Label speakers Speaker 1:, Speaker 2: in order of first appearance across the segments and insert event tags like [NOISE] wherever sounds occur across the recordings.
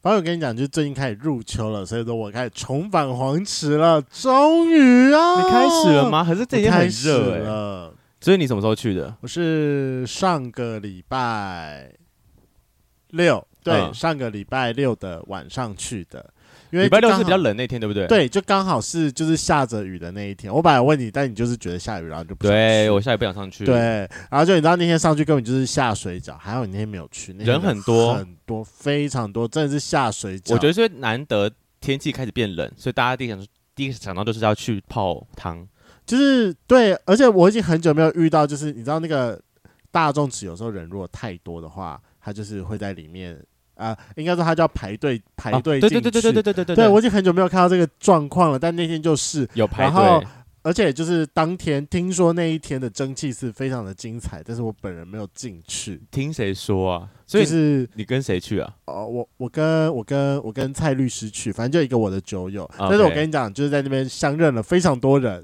Speaker 1: 反正我跟你讲，就是最近开始入秋了，所以说我开始重返黄池了，终于啊！
Speaker 2: 你开始了？吗？可是这
Speaker 1: 我
Speaker 2: 几天很
Speaker 1: 开始
Speaker 2: 热哎、
Speaker 1: 了。
Speaker 2: 所以你什么时候去的？
Speaker 1: 我是上个礼拜六，对，
Speaker 2: 嗯
Speaker 1: 上个礼拜六的晚上去的，因为
Speaker 2: 礼拜六
Speaker 1: 就刚好
Speaker 2: 是比较。冷那天，对不对？
Speaker 1: 对，就刚好是就是下着雨的那一天。我本来问你，但你就是觉得下雨，然后就不
Speaker 2: 对，
Speaker 1: 想去
Speaker 2: 我下也不想上去。
Speaker 1: 对，，然后就你知道那天上去根本就是下水饺，还好你那天没有去，那天
Speaker 2: 人很多
Speaker 1: 很多非常多，真的是下水饺。
Speaker 2: 我觉得是难得天气开始变冷，所以大家第一想第一个想到就是要去泡汤。
Speaker 1: 就是对，而且我已经很久没有遇到，就是你知道那个大众池，有时候人如果太多的话，他就是会在里面啊、呃应该说他叫排队排队
Speaker 2: 啊对
Speaker 1: 进去。
Speaker 2: 对对对对对对对对
Speaker 1: 对我已经很久没有看到这个状况了，但那天就是，
Speaker 2: 有排
Speaker 1: 然后
Speaker 2: 队。
Speaker 1: 而且就是当天听说那一天的蒸汽是非常的精彩，但是我本人没有进去，
Speaker 2: 听谁说啊？所以
Speaker 1: 就是
Speaker 2: 你跟谁去
Speaker 1: [LAUGHS]
Speaker 2: 啊？
Speaker 1: 哦，我我跟我跟我跟蔡律师去，反正就一个我的酒友，但是
Speaker 2: OK
Speaker 1: 我跟你讲，就是在那边相认了非常多人，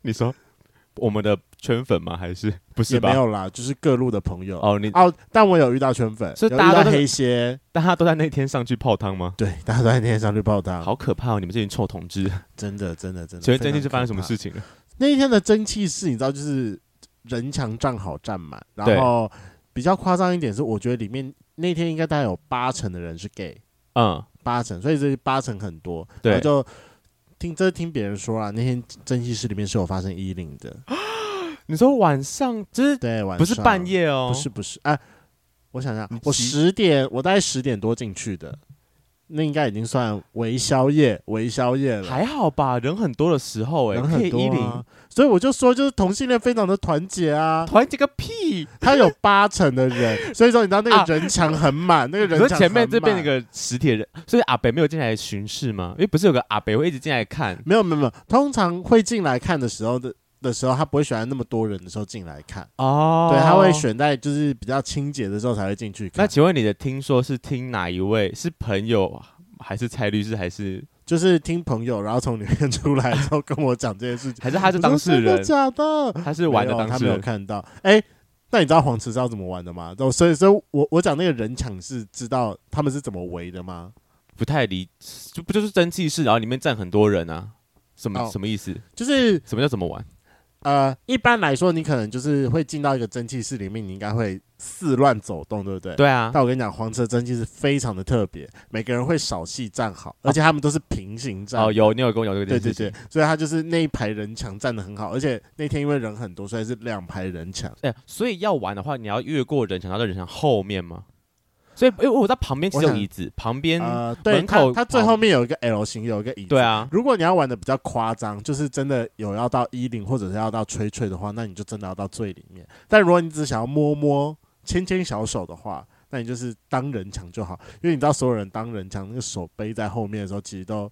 Speaker 2: 你说我们的圈粉吗？还是不
Speaker 1: 也
Speaker 2: [LAUGHS] 是吧？
Speaker 1: 没有啦，就是各路的朋友。
Speaker 2: 哦，你
Speaker 1: 哦，但我有遇到圈粉，
Speaker 2: 所以
Speaker 1: 有遇
Speaker 2: 大家
Speaker 1: 到
Speaker 2: 都在
Speaker 1: 黑鞋，
Speaker 2: 大家都在那天上去泡汤吗？
Speaker 1: 对， [LAUGHS] 大家都在那天上去泡汤，
Speaker 2: 好可怕哦！你们这群臭同志！
Speaker 1: 真的真的真的。
Speaker 2: 请
Speaker 1: 非
Speaker 2: 问最
Speaker 1: 常
Speaker 2: 近是发生什么
Speaker 1: 可怕
Speaker 2: 事？情了？
Speaker 1: 那一天的蒸汽室，你知道，就是人墙站好站满，
Speaker 2: 对
Speaker 1: 然后比较夸张一点是，我觉得里面那天应该大概有八成的人是 gay，
Speaker 2: 嗯，
Speaker 1: 八成，所以这八成很多，
Speaker 2: 对
Speaker 1: 然后就。听，这是听别人说啦，那天蒸汽室里面是有发生衣领的，
Speaker 2: 你说晚上就是
Speaker 1: 对，晚上
Speaker 2: 不是半、夜哦？
Speaker 1: 不是不是，哎、我想想
Speaker 2: 你，
Speaker 1: 我
Speaker 2: 几
Speaker 1: 十点，我大概十点多进去的，那应该已经算微宵夜，微宵夜了，
Speaker 2: 还好吧，人很多的时候哎、
Speaker 1: 人
Speaker 2: 可以
Speaker 1: 很多、
Speaker 2: 一零
Speaker 1: 啊，所以我就说，就是同性恋非常的团结啊，
Speaker 2: 团结个屁！
Speaker 1: [LAUGHS] 他有八成的人，所以说你知道那
Speaker 2: 啊
Speaker 1: 个人墙很满，那个
Speaker 2: 你
Speaker 1: 人
Speaker 2: 说
Speaker 1: 墙
Speaker 2: 前面
Speaker 1: 很
Speaker 2: 这边那
Speaker 1: 满
Speaker 2: 个实体人，所以阿北没有进来巡视吗？因为不是有个阿北会一直进来看？
Speaker 1: 没有没有没有，通常会进来看的时候的。的时候，他不会选在那么多人的时候进来看，
Speaker 2: 哦，
Speaker 1: 对，他会。选在就是比较清洁的时候才会进去
Speaker 2: 那
Speaker 1: 看。
Speaker 2: 请问你的听说是听哪一位？是朋友还是蔡律师还是
Speaker 1: [LAUGHS] 就是听朋友，然后从里面出来之后跟我讲这件事情，
Speaker 2: 还是他
Speaker 1: 我
Speaker 2: 是
Speaker 1: 说
Speaker 2: 当事
Speaker 1: 真的
Speaker 2: 人？
Speaker 1: 假的？
Speaker 2: 他是玩的
Speaker 1: 没有啊
Speaker 2: 当
Speaker 1: 他
Speaker 2: 事
Speaker 1: 没有
Speaker 2: 人。
Speaker 1: 看到。哎、那你知道黄池是要怎么玩的吗？都所以，所以我我讲那个人墙是知道他们是怎么围的吗？
Speaker 2: 不太理，就不就是蒸汽室，然后里面站很多人啊？什么、
Speaker 1: 哦
Speaker 2: 什么意思？
Speaker 1: 就是
Speaker 2: 什么叫怎么玩？
Speaker 1: 呃，一般来说，你可能就是会进到一个蒸汽室里面，你应该会四乱走动，对不对？。
Speaker 2: 对啊，
Speaker 1: 但我跟你讲，黄池的蒸汽是非常的特别，每个人会少细站好，而且他们都是平行站。
Speaker 2: 哦，有你有跟我讲这个
Speaker 1: 对对
Speaker 2: 件事
Speaker 1: 对
Speaker 2: 情。，
Speaker 1: 所以他就是那一排人墙站的很好，而且那天因为人很多，所以是两排人墙。
Speaker 2: 哎、所以要玩的话，你要越过人墙，到人墙后面吗？所以，因为我在旁边其实
Speaker 1: 我
Speaker 2: 有
Speaker 1: 想
Speaker 2: 椅子，旁边、
Speaker 1: 呃，对，
Speaker 2: 门口
Speaker 1: 它它最
Speaker 2: 旁
Speaker 1: 后面有一个 L 型，有一个椅子。
Speaker 2: 对啊，
Speaker 1: 如果你要玩的比较夸张，就是真的有要到衣领或者是要到吹吹的话，那你就真的要到最里面。但如果你只想要摸摸、牵牵小手的话，那你就是当人墙就好，因为你知道所有人当人墙，那个手背在后面的时候，其实都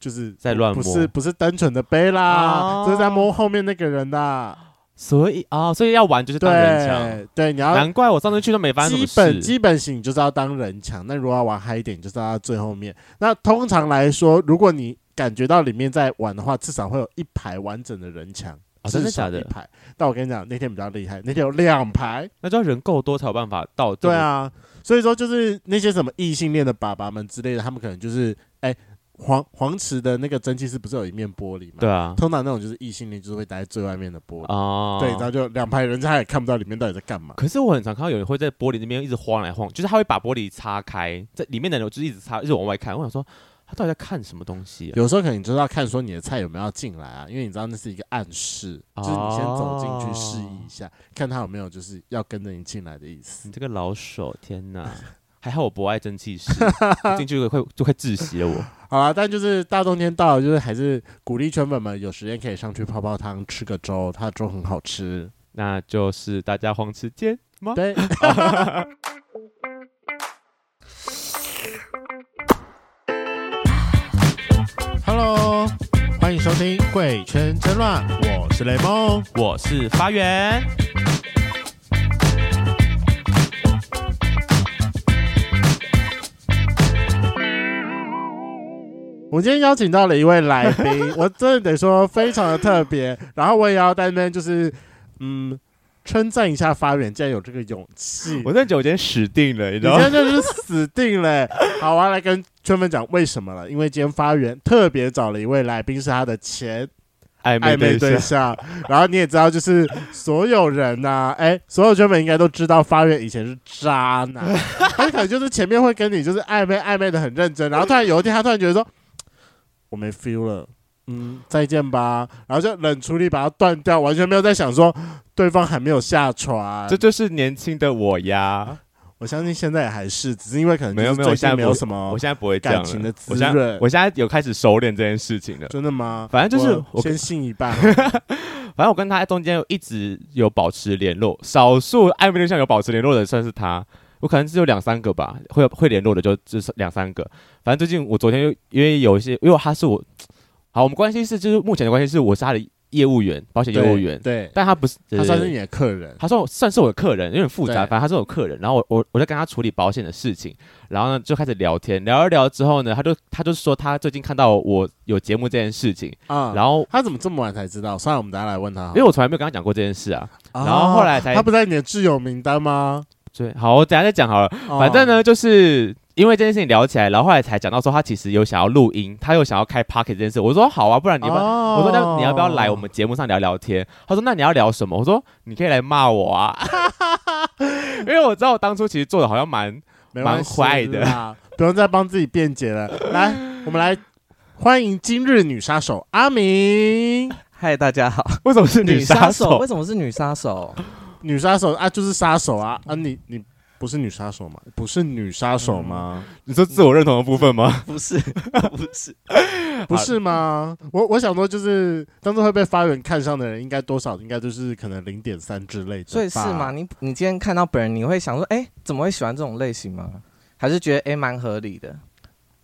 Speaker 1: 就是
Speaker 2: 在乱
Speaker 1: 不
Speaker 2: 摸
Speaker 1: 是不是单纯的背啦，
Speaker 2: 哦
Speaker 1: 这是在摸后面那个人的。
Speaker 2: 所以啊、所以要玩就是当人墙。
Speaker 1: 对对，你要。
Speaker 2: 难怪我上次去都没发生
Speaker 1: 基
Speaker 2: 什么
Speaker 1: 本
Speaker 2: 事。
Speaker 1: 基本型就是要当人墙，那如果要玩嗨一点，就是要到最后面。那通常来说，如果你感觉到里面在玩的话，至少会有一排完整的人墙。
Speaker 2: 哦，真的
Speaker 1: 至少
Speaker 2: 假的
Speaker 1: 一？排，但我跟你讲，那天比较厉害，那天有两排。
Speaker 2: 那就要人够多才有办法到。
Speaker 1: 对，啊，所以说就是那些什么异性恋的爸爸们之类的，他们可能就是哎、黄黄池的那个蒸汽室不是有一面玻璃嘛？
Speaker 2: 对，啊，
Speaker 1: 通常那种就是异性恋就是会待在最外面的玻璃，
Speaker 2: 哦，
Speaker 1: 对，然后就两排人家也看不到里面到底在干嘛。
Speaker 2: 可是我很常看到有人会在玻璃那边一直晃来晃，就是他会把玻璃擦开，在里面的人就是一直擦，一直往外看。我想说，他到底在看什么东西、啊？ [LAUGHS]
Speaker 1: 有时候可能就是要看说你的菜有没有要进来啊，因为你知道那是一个暗示，就是你先走进去示意一下，看他有没有就是要跟着你进来的意思。
Speaker 2: 你这个老手，天哪！还好我不爱蒸汽室，我进去就会就会窒息了我。
Speaker 1: 好啦，但就是大冬天到了，就是还是鼓励圈粉们有时间可以上去泡泡汤，吃个粥，它的粥很好吃。
Speaker 2: 那就是大家黄池见吗？
Speaker 1: 对，Hello，欢迎收听《贵圈争乱》，我是雷梦。
Speaker 2: 我是发源。
Speaker 1: 我今天邀请到了一位来 [LAUGHS] 宾，我真的得说非常的特别。然后我也要在那边就是，嗯，称赞一下发源，竟然有这个勇气。
Speaker 2: 我在酒店死定了，你知
Speaker 1: 你
Speaker 2: 道
Speaker 1: 今
Speaker 2: 吗？
Speaker 1: 天就是死定了 [LAUGHS] 欸、好，我要来跟圈粉讲为什么了，因为今天发源特别找了一位来宾是他的前
Speaker 2: 暧
Speaker 1: 暧昧
Speaker 2: 昧
Speaker 1: 对
Speaker 2: 对
Speaker 1: 象，然后你也知道，就是所有人呐、 [LAUGHS] 哎、所有圈粉应该都知道发源以前是渣 [LAUGHS] 男，他可能就是前面会跟你就是暧昧暧昧的很认真，然后突然有一天他突然觉得说，我没 feel 了。嗯，再见吧。然后就冷处理把它断掉，完全没有在想说对方还没有下船。
Speaker 2: 这就是年轻的我呀！
Speaker 1: 我相信现在也还是，只是因为可能
Speaker 2: 没有
Speaker 1: 就是
Speaker 2: 没有
Speaker 1: 最近
Speaker 2: 现在
Speaker 1: 没有
Speaker 2: 我
Speaker 1: 什么
Speaker 2: 我现在不会这样
Speaker 1: 哦感
Speaker 2: 了
Speaker 1: 情的滋
Speaker 2: 我现在
Speaker 1: 润。
Speaker 2: 我现在有开始收敛这件事情了。
Speaker 1: 真的吗？
Speaker 2: 反正就是
Speaker 1: 我
Speaker 2: 我
Speaker 1: 先信一
Speaker 2: [LAUGHS]
Speaker 1: 半好了，
Speaker 2: 反正我跟他中间有一直有保持联络，少数暧昧对象有保持联络的算是他。我可能只有两三个吧，会会联络的就就是两三个。反正最近我昨天又因为有一些，因为他是我，好，我们关系是就是目前的关系是我是他的业务员，保险业务员，
Speaker 1: 对，对
Speaker 2: 但他不是，
Speaker 1: 他算是你的客人，
Speaker 2: 他说算是我的客人，有点复杂，
Speaker 1: 对
Speaker 2: 反正他是我的客人。然后我我我在跟他处理保险的事情，然后呢就开始聊天，聊一聊之后呢，他就他就说他最近看到我有节目这件事情，
Speaker 1: 啊、
Speaker 2: 然后
Speaker 1: 他怎么这么晚才知道？算了，我们等下来问他好了。
Speaker 2: 因为我从来没有跟他讲过这件事啊，
Speaker 1: 啊
Speaker 2: 然后后来才
Speaker 1: 他不在你的挚友名单吗？
Speaker 2: 所以好，我等一下再讲好了。
Speaker 1: 哦
Speaker 2: 反正，呢，就是因为这件事情聊起来，然后后来才讲到说他其实有想要录音，他又想要开 pocket 这件事。我说好啊，不然你要不要？
Speaker 1: 哦
Speaker 2: 我说那你要不要来我？们节目上聊聊天？他说那你要聊什么？我说你可以来骂
Speaker 1: [LAUGHS]
Speaker 2: 我啊，因为我知道我当初其实做的好像蛮
Speaker 1: 没关系
Speaker 2: 蛮坏的
Speaker 1: 啦，不用再帮自己辩解
Speaker 2: [LAUGHS]
Speaker 1: 了。来，我们来欢迎今日女杀手阿明。
Speaker 3: 嗨，大家 [LAUGHS] 好，
Speaker 2: 为什么是女杀手？
Speaker 3: 为什么是女杀手？
Speaker 1: 女杀手啊，就是杀手啊啊！你你不是女杀手吗？不是女杀手吗？
Speaker 2: 你说自我认同的部分吗？
Speaker 3: 不是，不是，
Speaker 1: [LAUGHS]
Speaker 2: 嗯
Speaker 1: 不是吗？我我想说，就是当初会被发源看上的人，应该多少应该就是可能零点三之类的吧。
Speaker 3: 所以是吗？你你今天看到本人，你会想说，哎、怎么会喜欢这种类型吗？还是觉得哎，蛮、合理的，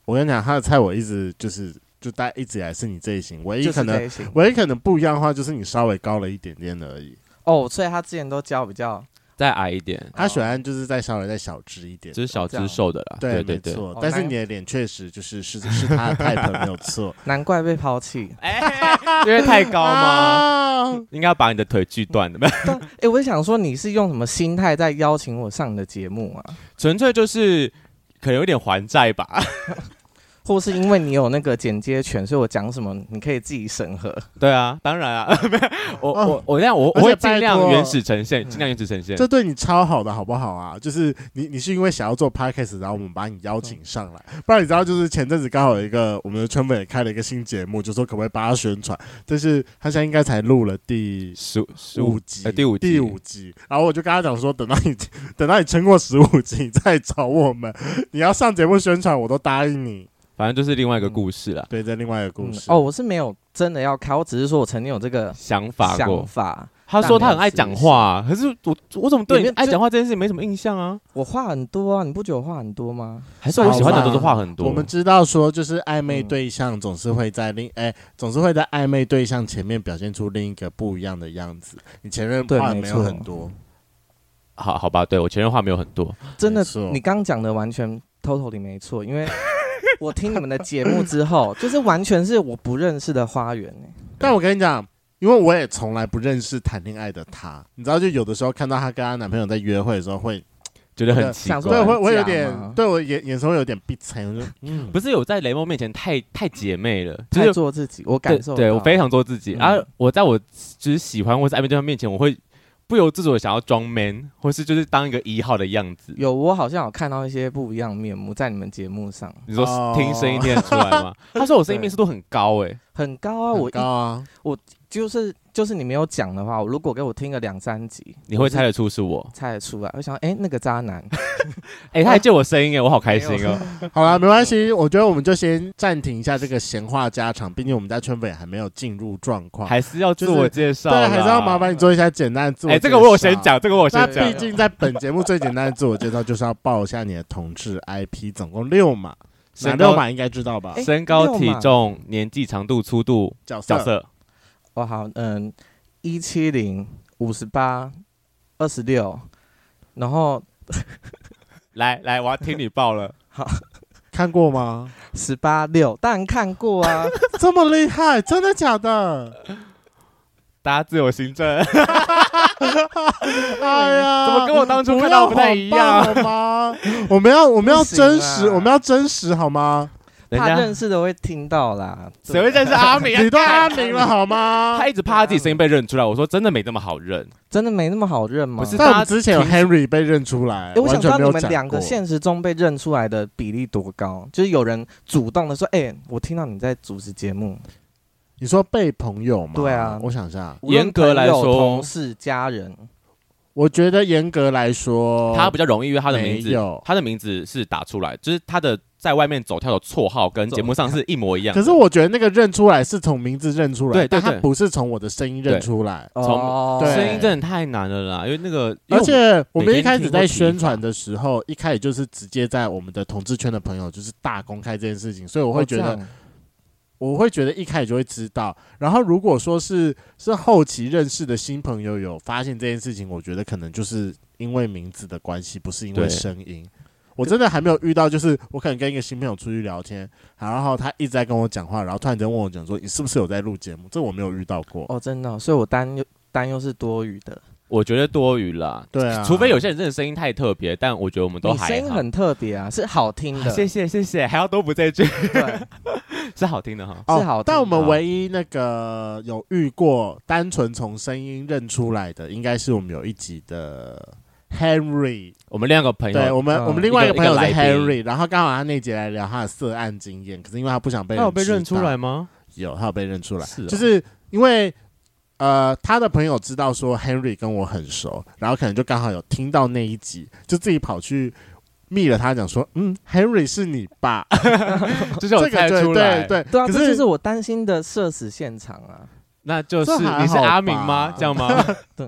Speaker 1: 我跟你讲，他的菜我一直就是就大家一直以来是你这一型，唯一
Speaker 3: 就
Speaker 1: 可
Speaker 3: 是
Speaker 1: 能、
Speaker 3: 类型。
Speaker 1: 唯一可能不一样的话，就是你稍微高了一点点而已。
Speaker 3: 哦，所以他之前都教比较，
Speaker 2: 再矮一点，
Speaker 3: 哦
Speaker 1: 他喜欢就是再稍微再小只一点。
Speaker 2: 只是小只瘦的啦。对对
Speaker 1: 没
Speaker 2: 对，
Speaker 1: 错
Speaker 3: 哦。
Speaker 1: 但
Speaker 3: 那
Speaker 1: 是你的脸确实就是是是他的 type 没有
Speaker 3: [LAUGHS]
Speaker 1: 错。
Speaker 3: 难怪被抛弃。
Speaker 2: 哎， [LAUGHS] 因为太高吗？
Speaker 1: [LAUGHS] 啊？
Speaker 2: 应该要把你的腿锯断的。
Speaker 3: 但哎、我想说，你是用什么心态在邀请我上你的节目啊？
Speaker 2: 纯粹就是可能有点还债吧。
Speaker 3: 或是因为你有那个剪接权，所以我讲什么你可以自己审核？
Speaker 2: 对啊，当然啊，没有 [LAUGHS] 我
Speaker 1: 哦
Speaker 2: 我我这样我
Speaker 1: 而
Speaker 2: 我
Speaker 1: 且
Speaker 2: 会尽
Speaker 1: 拜
Speaker 2: 量
Speaker 1: 托
Speaker 2: 原始呈现，尽量原始呈现。
Speaker 1: 这对你超好的好不好啊？就是你你是因为想要做 podcast，然后我们把你邀
Speaker 3: 嗯
Speaker 1: 请上来，不然你知道就是前阵子刚好有一个我们的圈粉也开了一个新节目，就说可不可以帮他宣传，但是他现在应该才录了第
Speaker 2: 十五十
Speaker 1: 五
Speaker 2: 五
Speaker 1: 集，
Speaker 2: 呃第五集
Speaker 1: 第五集。然后我就跟他讲说，等到你等到你撑过十五集你再找我们，你要上节目宣传，我都答应你。
Speaker 2: 反正就是另外一个故事啦，
Speaker 1: 对，这另外一个故
Speaker 3: 嗯
Speaker 1: 事、
Speaker 3: 哦，，我是没有真的要开，我只是说我曾经有这个
Speaker 2: 嗯想法
Speaker 3: 想
Speaker 2: 过。
Speaker 3: 法。
Speaker 2: 他说他很爱讲话，啊可是我我怎么对
Speaker 3: 里
Speaker 2: 你
Speaker 3: 面
Speaker 2: 爱
Speaker 3: 就
Speaker 2: 讲话这件事情没什么印象啊？
Speaker 3: 我话很多啊，你不觉得我话很多吗？
Speaker 2: 还是我喜欢的都是话很多。
Speaker 1: 我们知道说，就是暧昧对象总是会在另哎、总是会在暧昧对象前面表现出另一个不一样的样子。你前任
Speaker 3: 对
Speaker 1: 话
Speaker 3: 没
Speaker 1: 没有
Speaker 3: 错
Speaker 1: 很多，
Speaker 2: 好好吧，对我前任话没有很多，
Speaker 3: 真
Speaker 1: 没
Speaker 3: 的
Speaker 1: 错，
Speaker 3: 你刚讲的完全 totally 没错，因为我听你们的节目之
Speaker 2: [LAUGHS]
Speaker 3: 后，就是完全是我不认识的花园、欸、
Speaker 1: 但我跟你讲。因为我也从来不认识谈恋爱的她，你知道，就有的时候看到她跟她男朋友在约会的时候会，
Speaker 2: 觉得很
Speaker 1: 对
Speaker 2: 奇
Speaker 3: 想说
Speaker 1: 对，
Speaker 3: 很
Speaker 2: 怪。
Speaker 1: 会我有
Speaker 3: 假
Speaker 1: 点
Speaker 3: 吗
Speaker 1: 对我眼眼神会有点闭塞，我就嗯，
Speaker 2: 不是有在雷蒙面前太太姐妹了，就
Speaker 3: 太
Speaker 2: 是
Speaker 3: 做自己，我
Speaker 2: 对
Speaker 3: 感受
Speaker 2: 对
Speaker 3: 到
Speaker 2: 我非常做自己。
Speaker 3: 嗯
Speaker 2: 啊，我在我就是喜欢或是暧昧对象面前，我会不由自主的想要装 man，或是就是当一个一号的样子。
Speaker 3: 有我好像有看到一些不一样的面目在你们节目上，
Speaker 2: 你说
Speaker 1: 哦
Speaker 2: 听声音念得出来
Speaker 1: [LAUGHS]
Speaker 2: 吗？他说我声音辨识度很高哎、
Speaker 3: 很高啊，我
Speaker 1: 很
Speaker 3: 一
Speaker 1: 高啊，
Speaker 3: 就是就是你没有讲的话，我如果给我听个两三集，
Speaker 2: 你会猜
Speaker 3: 我
Speaker 2: 得出是我
Speaker 3: 是？猜得出来，我想哎、那个
Speaker 2: [LAUGHS]
Speaker 3: 渣男，
Speaker 2: 哎、他还借我声音哎、我好开心哦、
Speaker 1: 好啦，没关系，我觉得我们就先暂停一下这个闲话家常，毕竟我们家圈粉也还没有进入状况，
Speaker 2: 还是要自我介绍、
Speaker 1: 对，还是要麻。烦你做一下简单的自我介
Speaker 2: 哎、
Speaker 1: 绍。
Speaker 2: 这个我有先。讲，这个我有
Speaker 1: 那
Speaker 2: 先
Speaker 1: 毕
Speaker 2: 讲。
Speaker 1: 竟在本节目最简单的自我介绍就是要报一下你的同志 IP，总共六码，哪
Speaker 2: 身
Speaker 1: 六
Speaker 2: 高、
Speaker 1: 码应该知道吧？
Speaker 3: 哎
Speaker 2: 身高、
Speaker 3: 六
Speaker 2: 体
Speaker 3: 嘛
Speaker 2: 重、年纪、长度、粗度、
Speaker 1: 角色
Speaker 2: 角色。
Speaker 3: 哦好，嗯，一七零五十八二十六，然后
Speaker 2: 来来，我要听你报了。
Speaker 1: 看过吗？
Speaker 3: 十八六，当然看过啊，
Speaker 1: 这么厉害，真的假的？
Speaker 2: 大家自由行政，
Speaker 1: 哎呀，
Speaker 2: [LAUGHS] 怎么跟我当初看到不太一样啊
Speaker 1: 不要谎报好吗？
Speaker 2: [LAUGHS]
Speaker 1: 我们要我们要
Speaker 3: 不行
Speaker 1: 真实，
Speaker 3: 啦
Speaker 1: 我们要真实好吗？
Speaker 2: 人
Speaker 3: 怕认
Speaker 2: 家
Speaker 3: 识的会听到啦。对
Speaker 2: 谁会认识阿明啊？
Speaker 1: 你都阿
Speaker 2: 干
Speaker 1: 明了好吗
Speaker 2: 他？一直怕他自己声音被认出来，我说真的没那么好认。
Speaker 3: 真的没那么好认吗？
Speaker 2: 不是
Speaker 1: 但我们
Speaker 2: 大家
Speaker 1: 之前有
Speaker 2: 听
Speaker 1: Henry 被认出来，
Speaker 3: 哎，我
Speaker 1: 完
Speaker 3: 想知
Speaker 1: 全
Speaker 3: 道
Speaker 1: 没
Speaker 3: 你
Speaker 1: 有
Speaker 3: 们
Speaker 1: 讲
Speaker 3: 两个
Speaker 1: 过
Speaker 3: 现实中被认出来的比例多高？就是有人主动的说：“哎、我听到你在主持节目。
Speaker 1: 你说被朋友吗？
Speaker 3: 对啊
Speaker 1: 我想一下”，
Speaker 3: 无论
Speaker 2: 严格来说
Speaker 3: 朋友同事、家人，
Speaker 1: 我觉得严格来说，
Speaker 2: 他比较容易，因为他的名
Speaker 1: 没
Speaker 2: 字
Speaker 1: 有，
Speaker 2: 他的名字是打出来，就是他的在外面走跳的绰号跟节目上是一模一样的。
Speaker 1: 可是我觉得那个认出来是从名字认出来，
Speaker 2: 对对
Speaker 1: 但他
Speaker 2: 对
Speaker 1: 不是从我的声音认出来。
Speaker 2: 从
Speaker 3: 哦
Speaker 1: 对
Speaker 2: 声音真的太难了啦，因为那个，因为
Speaker 1: 而且我们
Speaker 2: 每
Speaker 1: 一
Speaker 2: 天
Speaker 1: 开始
Speaker 2: 听
Speaker 1: 在
Speaker 2: 过提
Speaker 1: 宣
Speaker 2: 法
Speaker 1: 传的时候，一开始就是直接在我们的同志圈的朋友就是大公开这件事情，所以我会觉得
Speaker 3: 哦这样
Speaker 1: 我会觉得一开始就会知道。然后如果说是是后期认识的新朋友有发现这件事情，我觉得可能就是因为名字的关系，不是因为
Speaker 2: 对
Speaker 1: 声音。我真的还没有遇到，就是我可能跟一个新朋友出去聊天，然后他一直在跟我讲话，然后突然间问我讲说你是不是有在录节目？这我没有遇到过。
Speaker 3: 哦，真的哦、所以我担忧担忧是多余的。
Speaker 2: 我觉得多余啦，
Speaker 1: 对啊，
Speaker 2: 除非有些人真的声音太特别，但我觉得我们都
Speaker 3: 你
Speaker 2: 还好。
Speaker 3: 声音很特别啊，是好听
Speaker 2: 啊
Speaker 3: 的，
Speaker 2: [LAUGHS] 谢谢谢谢，还要多补这一句
Speaker 3: 对，
Speaker 2: 是好听的哈。
Speaker 1: 哦
Speaker 3: 是好听的
Speaker 1: 但我们唯一那个有遇过单纯从声音认出来的，应该是我们有一集的 Henry。
Speaker 2: 我们两个朋
Speaker 1: 对
Speaker 2: 友，
Speaker 1: 我们、
Speaker 3: 嗯
Speaker 1: 我们另外一个朋友是
Speaker 2: 一个一个来宾
Speaker 1: Henry，然后刚好他那节来聊他的色案经验，可是因为他不想被
Speaker 2: 他
Speaker 1: 人
Speaker 2: 有被认
Speaker 1: 知
Speaker 2: 出
Speaker 1: 道
Speaker 2: 来，吗？
Speaker 1: 有他有被认出来，
Speaker 2: 是哦
Speaker 1: 就是因为呃他的朋友知道说 Henry 跟我很熟，然后可能就刚好有听到那一集，就自己跑去。密了他讲说，嗯，Henry 是你
Speaker 2: [LAUGHS]
Speaker 1: 爸，
Speaker 2: 就是
Speaker 1: 这
Speaker 2: 有
Speaker 1: 个
Speaker 2: 猜
Speaker 1: 对
Speaker 2: 出来，
Speaker 1: 对，对，
Speaker 3: 对啊，
Speaker 1: 可
Speaker 3: 这就是我担心的社死现场啊。
Speaker 2: 那就是
Speaker 1: 这还好
Speaker 2: 你是阿明吗
Speaker 1: 吧？
Speaker 2: 这样吗？
Speaker 3: 对，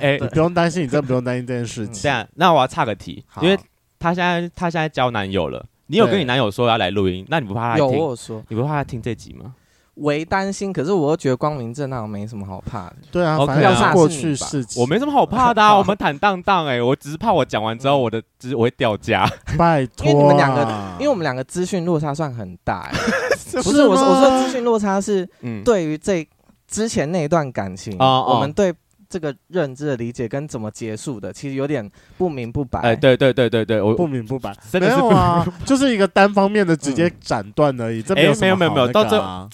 Speaker 2: 哎，
Speaker 1: 你不用担心，你真的不用担心这件事
Speaker 2: 嗯这
Speaker 1: 情。
Speaker 2: 样，那我要岔个题，
Speaker 1: 好
Speaker 2: 因为她现在她现在交男友了，你有跟
Speaker 1: 对
Speaker 2: 你男友说要来录音，那你不怕他
Speaker 3: 有我
Speaker 2: 听？
Speaker 3: 有说
Speaker 2: 你不怕他听这集吗？
Speaker 3: 为担心，可是我又觉得光明正大，我没什么好怕的。
Speaker 1: 对啊，
Speaker 2: OK
Speaker 1: 反正
Speaker 2: 要
Speaker 1: 是
Speaker 3: 骂
Speaker 1: 过
Speaker 3: 是
Speaker 1: 去
Speaker 3: 你吧
Speaker 1: 事情，
Speaker 2: 我没什么好怕的啊，我们坦荡荡哎，我只是怕我讲完之后，我的只我会掉价。
Speaker 1: 拜托啊，
Speaker 3: 因为你们两个因为我们两个资讯落差算很
Speaker 2: [LAUGHS]
Speaker 3: 大、欸，不是我说我说资讯落差是
Speaker 2: 嗯，
Speaker 3: 对于这之前那一段感情，
Speaker 2: 哦哦
Speaker 3: 我们对这个认知的理解跟怎么结束的，其实有点不明不
Speaker 2: [LAUGHS]
Speaker 3: 白。
Speaker 2: 哎，对对对对对，我
Speaker 1: 不明不白，
Speaker 2: 真
Speaker 1: 没
Speaker 2: 的是
Speaker 1: 有啊， [LAUGHS] 嗯就是一个单方面的直接斩断而已，这没有
Speaker 2: 哎
Speaker 1: 什么
Speaker 2: 没有没有
Speaker 1: 好
Speaker 2: 没有到
Speaker 1: 那个啊